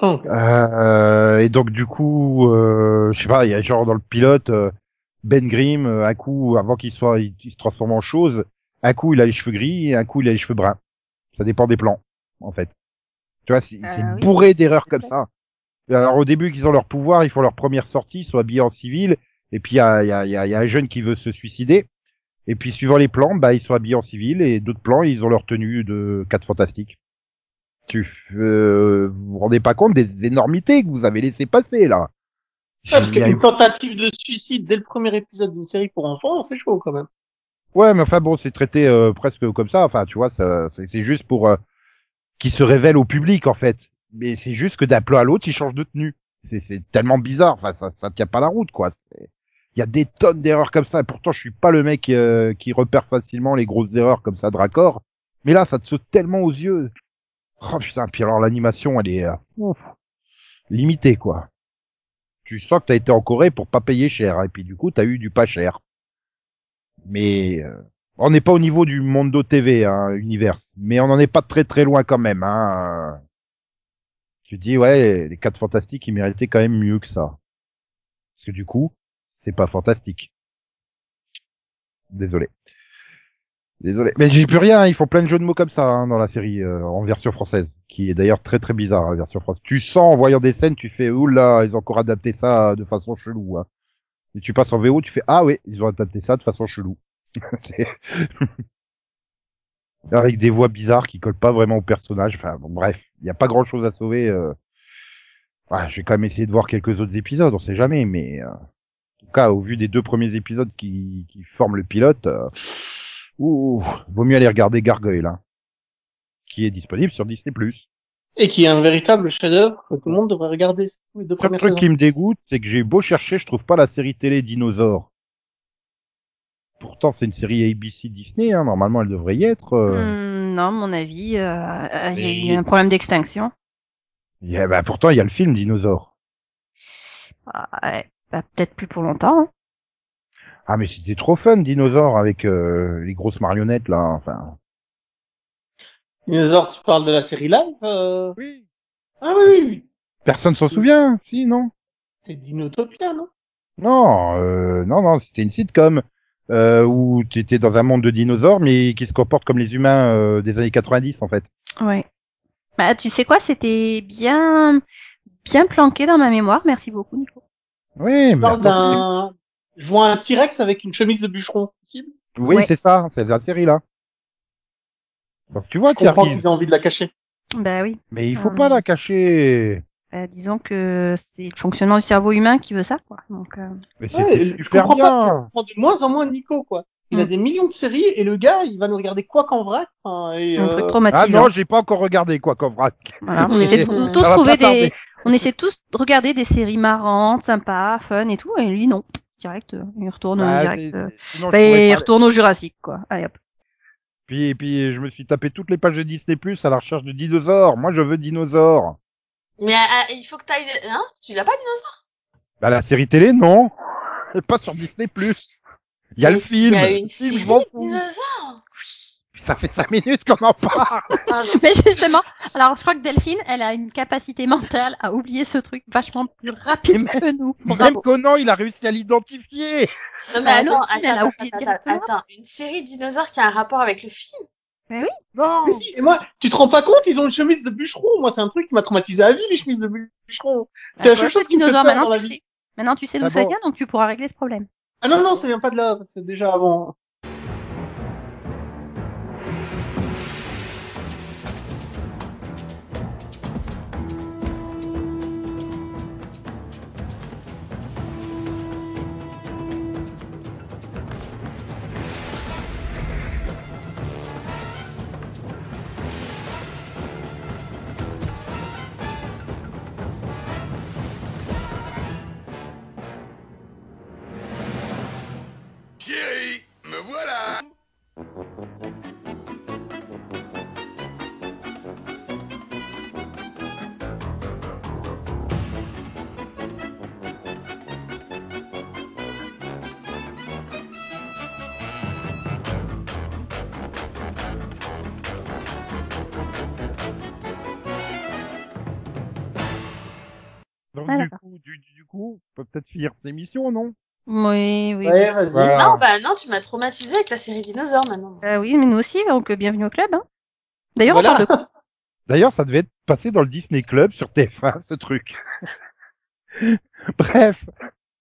Speaker 2: Oh,
Speaker 6: Hum.
Speaker 2: euh, et donc du coup, euh, je sais pas, il y a genre dans le pilote euh, Ben Grimm, euh, un coup avant qu'il soit, il, il se transforme en chose, un coup il a les cheveux gris, et un coup il a les cheveux bruns. Ça dépend des plans, en fait. Tu vois, c'est
Speaker 4: Ah,
Speaker 2: c'est
Speaker 4: oui.
Speaker 2: bourré d'erreurs comme ça. Et Alors au début qu'ils ont leur pouvoir, ils font leur première sortie, ils sont habillés en civil, et puis il y a, il y a- il y a- il y a un jeune qui veut se suicider. Et puis suivant les plans, bah ils sont habillés en civil, et d'autres plans ils ont leur tenue de quatre fantastiques tu euh, vous vous rendez pas compte des énormités que vous avez laissé passer là.
Speaker 6: Ouais, parce
Speaker 2: Il y ah, a eu-
Speaker 6: qu'une tentative de suicide dès le premier épisode d'une série pour enfants, c'est chaud quand même.
Speaker 2: Ouais, mais enfin bon, c'est traité euh, presque comme ça. Enfin, tu vois, ça, c'est c'est juste pour euh, qu'il se révèle au public en fait. Mais c'est juste que d'un plan à l'autre, il change de tenue. C'est- C'est tellement bizarre. Enfin, ça, ça tient pas la route quoi. C'est- Il y a des tonnes d'erreurs comme ça. Et pourtant, je suis pas le mec euh, qui repère facilement les grosses erreurs comme ça de raccord. Mais là, ça te saute tellement aux yeux. Oh putain. Puis alors, l'animation, elle est euh, ouf, limitée quoi. Tu sens que t'as été en Corée pour pas payer cher. hein. Et puis du coup, t'as eu du pas cher. Mais euh, on n'est pas au niveau du Mondo TV, hein, univers, mais on n'en est pas très très loin quand même. Hein. Tu te dis ouais, les quatre fantastiques, ils méritaient quand même mieux que ça, parce que du coup, c'est pas fantastique. Désolé. Désolé, mais j'ai plus rien. Ils font plein de jeux de mots comme ça hein, dans la série euh, en version française, qui est d'ailleurs très très bizarre, hein, version française. Tu sens en voyant des scènes, tu fais oula, ils ont encore adapté ça de façon chelou. Hein. Et tu passes en VO, tu fais ah oui, ils ont adapté ça de façon chelou. C'est- Avec des voix bizarres qui collent pas vraiment au personnage. Enfin bon, bref, il n'y a pas grand chose à sauver. euh. Ouais, je vais quand même essayer de voir quelques autres épisodes, on sait jamais, mais euh, en tout cas au vu des deux premiers épisodes qui, qui forment le pilote, euh, ouh, vaut mieux aller regarder Gargoyle, hein, qui est disponible sur Disney+.
Speaker 6: Et qui est un véritable chef-d'œuvre que tout le monde devrait regarder. C'est tout, les deux
Speaker 2: Le
Speaker 6: premières
Speaker 2: truc
Speaker 6: saisons.
Speaker 2: qui me dégoûte, c'est que j'ai beau chercher, je trouve pas la série télé Dinosaure. Pourtant, c'est une série ABC Disney, hein, normalement elle devrait y être. euh.
Speaker 4: Hum, non, à mon avis, euh, euh, il y a eu
Speaker 2: Mais-
Speaker 4: un problème d'extinction.
Speaker 2: Il y a- bah, pourtant, il y a le film Dinosaure.
Speaker 4: Ah, ouais. Bah, peut-être plus pour longtemps. hein.
Speaker 2: Ah, mais c'était trop fun, Dinosaure, avec euh, les grosses marionnettes, là, enfin.
Speaker 6: Dinosaure, tu parles de la série live euh...
Speaker 2: Oui.
Speaker 6: Ah oui, oui, oui.
Speaker 2: Personne s'en souvient, hein. si, non
Speaker 6: c'est Dinotopia, non
Speaker 2: Non, euh, non, non, c'était une sitcom euh, où tu étais dans un monde de dinosaures, mais qui se comporte comme les humains euh, des années 90, en fait.
Speaker 4: Ouais. Bah, tu sais quoi, c'était bien, bien planqué dans ma mémoire. Merci beaucoup, Nico.
Speaker 2: Bah, Oui, mais
Speaker 6: Parle
Speaker 2: attends,
Speaker 6: d'un, je vois un T-Rex avec une chemise de bûcheron. Possible
Speaker 2: c'est- oui,
Speaker 4: Ouais.
Speaker 2: c'est ça, c'est la série là. Donc tu vois
Speaker 6: Je
Speaker 2: qu'il
Speaker 6: comprends
Speaker 2: arrive,
Speaker 6: qu'ils aient envie de la cacher.
Speaker 4: Bah oui.
Speaker 2: mais il faut
Speaker 4: Ah.
Speaker 2: pas la cacher.
Speaker 4: Bah, disons que c'est le fonctionnement du cerveau humain qui veut ça, quoi. Donc, euh,
Speaker 2: Mais
Speaker 6: Ouais,
Speaker 2: c'était
Speaker 6: je
Speaker 2: super
Speaker 6: comprends
Speaker 2: bien.
Speaker 6: pas, je comprends de moins en moins Nico, quoi. Il a
Speaker 2: Hmm.
Speaker 4: Mm.
Speaker 6: des millions de séries et le gars, il va nous regarder quoi qu'en vrac. hein, et,
Speaker 4: un truc
Speaker 6: euh,
Speaker 2: Ah
Speaker 4: traumatisant.
Speaker 2: non, j'ai pas encore regardé quoi, Kovrak.
Speaker 4: Bah, Voilà, on
Speaker 5: Mm.
Speaker 4: essaie de-
Speaker 5: Mm.
Speaker 4: tous
Speaker 2: Ça va
Speaker 4: trouver
Speaker 2: pas tarder.
Speaker 4: des, on essaie tous de regarder des séries marrantes, sympas, fun et tout, et lui non, direct, euh, il retourne euh,
Speaker 2: Bah,
Speaker 4: direct.
Speaker 2: c'est-
Speaker 4: euh,
Speaker 2: sinon, je
Speaker 4: bah,
Speaker 2: pourrais
Speaker 4: il
Speaker 2: pas-
Speaker 4: retourne au Jurassique, quoi. Allez hop.
Speaker 2: Puis, et puis, je me suis tapé toutes les pages de Disney Plus à la recherche de dinosaures. Moi, je veux dinosaures.
Speaker 5: Mais euh, il faut que t'ailles... Hein Tu l'as pas, dinosaure
Speaker 2: Bah, la série télé, non. Et pas sur Disney Plus. Il y a le film.
Speaker 8: Il y a une
Speaker 2: Le film,
Speaker 8: série
Speaker 2: je m'en fous.
Speaker 5: Dinosaure
Speaker 2: Ça fait cinq minutes qu'on en parle.
Speaker 5: Ah non.
Speaker 4: Mais justement, alors je crois que Delphine, elle a une capacité mentale à oublier ce truc vachement plus rapide
Speaker 2: Mais-
Speaker 4: que nous.
Speaker 2: Même
Speaker 4: Bravo.
Speaker 2: Conan, il a réussi à l'identifier.
Speaker 5: Non, mais
Speaker 4: Bah,
Speaker 5: attends,
Speaker 4: l'autre, elle a
Speaker 5: attends,
Speaker 4: oublié
Speaker 5: attends,
Speaker 4: directement.
Speaker 5: attends, une série dinosaure qui a un rapport avec le film.
Speaker 2: Non.
Speaker 6: Oui, et moi, tu te rends pas compte, ils ont une chemise de bûcheron. Moi, c'est un truc qui m'a traumatisé à vie, les chemises de bûcheron. C'est la
Speaker 4: Bah,
Speaker 6: seule
Speaker 4: toi,
Speaker 6: chose qui me fait
Speaker 4: dinosaure,
Speaker 6: peur
Speaker 4: maintenant
Speaker 6: dans la
Speaker 4: tu
Speaker 6: vie.
Speaker 4: sais. Maintenant tu sais d'où
Speaker 2: Ah
Speaker 4: ça
Speaker 2: bon
Speaker 4: vient, donc tu pourras régler ce problème.
Speaker 6: Ah non, non, ça vient pas de là, c'est déjà avant.
Speaker 7: Chérie, me voilà
Speaker 2: Donc,
Speaker 4: Ah,
Speaker 2: du coup, du, du coup, on peut peut-être finir cette émission, non?
Speaker 4: Oui, oui.
Speaker 6: Ouais, vas-y.
Speaker 5: Non, bah non, tu m'as traumatisé avec la série dinosaure maintenant.
Speaker 4: Bah oui, mais nous aussi, donc euh, bienvenue au club. Hein. D'ailleurs,
Speaker 6: Voilà.
Speaker 4: on parle de quoi
Speaker 2: D'ailleurs, ça devait être passé dans le Disney Club sur TF1, ce truc. Bref,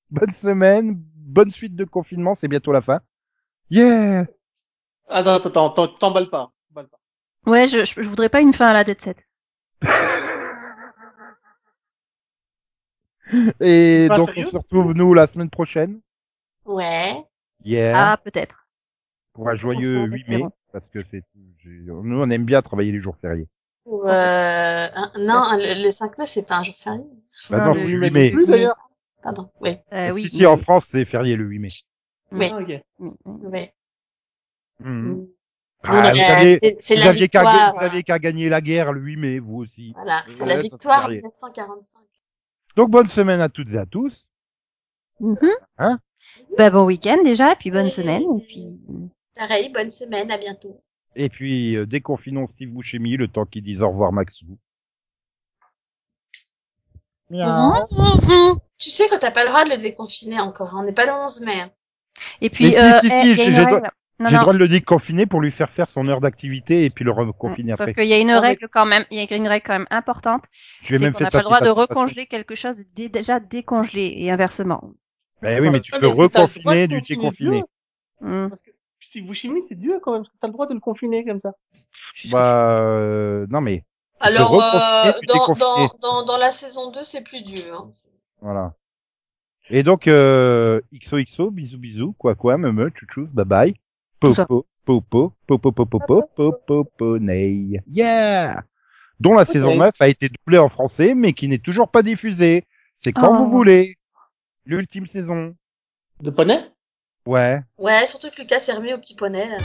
Speaker 2: bonne semaine, bonne suite de confinement, c'est bientôt la fin. Yeah
Speaker 6: Attends, attends, attends, t'en- t'emballes pas. t'emballes pas.
Speaker 4: Ouais, je, je, je voudrais pas une fin à la Dead Set.
Speaker 2: Et
Speaker 6: Pas
Speaker 2: donc, on
Speaker 6: sérieux
Speaker 2: se retrouve, nous, la semaine prochaine.
Speaker 5: Ouais.
Speaker 2: Yeah
Speaker 4: Ah, peut-être.
Speaker 2: Pour un joyeux
Speaker 4: on
Speaker 2: 8
Speaker 4: s'en
Speaker 2: mai,
Speaker 4: référera.
Speaker 2: parce que c'est... j'ai- Nous, on aime bien travailler les jours fériés.
Speaker 5: Ou, euh, un- non, le, le 5 mai, c'est pas un jour férié.
Speaker 2: Bah
Speaker 4: Ah,
Speaker 2: non,
Speaker 4: le
Speaker 2: c'est
Speaker 4: huit
Speaker 2: 8 mai.
Speaker 6: Plus d'ailleurs.
Speaker 5: Pardon. Oui.
Speaker 4: Euh, oui.
Speaker 2: Si, si, en France, c'est férié le 8 mai.
Speaker 5: Oui.
Speaker 6: Ah, ok.
Speaker 4: Mm, mm.
Speaker 5: oui.
Speaker 2: Mhm.
Speaker 5: Mm.
Speaker 2: Ah,
Speaker 5: Euh,
Speaker 2: vous aviez,
Speaker 5: c'est- c'est
Speaker 2: vous
Speaker 5: la
Speaker 2: aviez qu'à ga-
Speaker 5: victoire. euh,
Speaker 2: vous aviez qu'à gagner la guerre, le 8 mai, vous aussi.
Speaker 5: Voilà, c'est
Speaker 2: Ouais,
Speaker 5: la
Speaker 2: ça, c'est
Speaker 5: victoire
Speaker 2: férié.
Speaker 5: 1945.
Speaker 2: Donc, bonne semaine à toutes et à tous.
Speaker 4: Mhm.
Speaker 2: Hein
Speaker 4: bah bon week-end déjà, et puis bonne semaine, et puis
Speaker 5: Pareil, bonne semaine, à bientôt.
Speaker 2: Et puis, euh, déconfinons Steve Buscemi, le temps qu'ils disent au revoir Maxou.
Speaker 4: hein
Speaker 5: Tu sais que t'as pas le droit de le déconfiner encore, hein, on n'est pas le 11 mai. hein.
Speaker 4: et puis
Speaker 2: si,
Speaker 4: euh,
Speaker 2: si, si,
Speaker 4: eh, il y a
Speaker 2: j'ai-
Speaker 4: une
Speaker 2: j'ai
Speaker 4: règle. Non,
Speaker 2: J'ai le
Speaker 4: non.
Speaker 2: droit de le déconfiner pour lui faire faire son heure d'activité et puis le reconfiner
Speaker 4: Sauf
Speaker 2: après.
Speaker 4: qu'il y a une
Speaker 6: Non, mais-
Speaker 4: règle quand même, il y a une règle quand même importante,
Speaker 2: Je
Speaker 4: c'est qu'on n'a pas le
Speaker 2: petite
Speaker 4: droit de
Speaker 2: attestation.
Speaker 4: recongeler quelque chose de dé- déjà décongelé et inversement.
Speaker 2: Ben oui, mais tu
Speaker 6: Ah,
Speaker 2: peux
Speaker 6: est-ce que t'as le droit de
Speaker 2: reconfiner du
Speaker 6: confiner
Speaker 2: déconfiné.
Speaker 6: Dieu
Speaker 4: Mm.
Speaker 6: Parce que Steve Buscemi, c'est Dieu quand même. T'as le droit de le confiner comme ça.
Speaker 2: Bah, euh, non mais,
Speaker 5: Alors,
Speaker 2: reconfiner,
Speaker 5: euh,
Speaker 2: tu
Speaker 5: dans,
Speaker 2: déconfiner.
Speaker 5: dans, dans, dans la saison 2, c'est plus dur. hein.
Speaker 2: voilà. Et donc, euh, XOXO, bisous bisous, quoi quoi, me me, chouchou, bye bye.
Speaker 4: ça.
Speaker 2: Popo, popo, popo, popo, popo, popo, ney. Yeah! Dont la saison 9 a été doublée en français, mais qui n'est toujours pas diffusée. C'est quand
Speaker 4: Oh.
Speaker 2: vous voulez. L'ultime saison.
Speaker 6: De poney
Speaker 2: Ouais.
Speaker 5: Ouais, surtout que Lucas s'est remis au petit poney, là.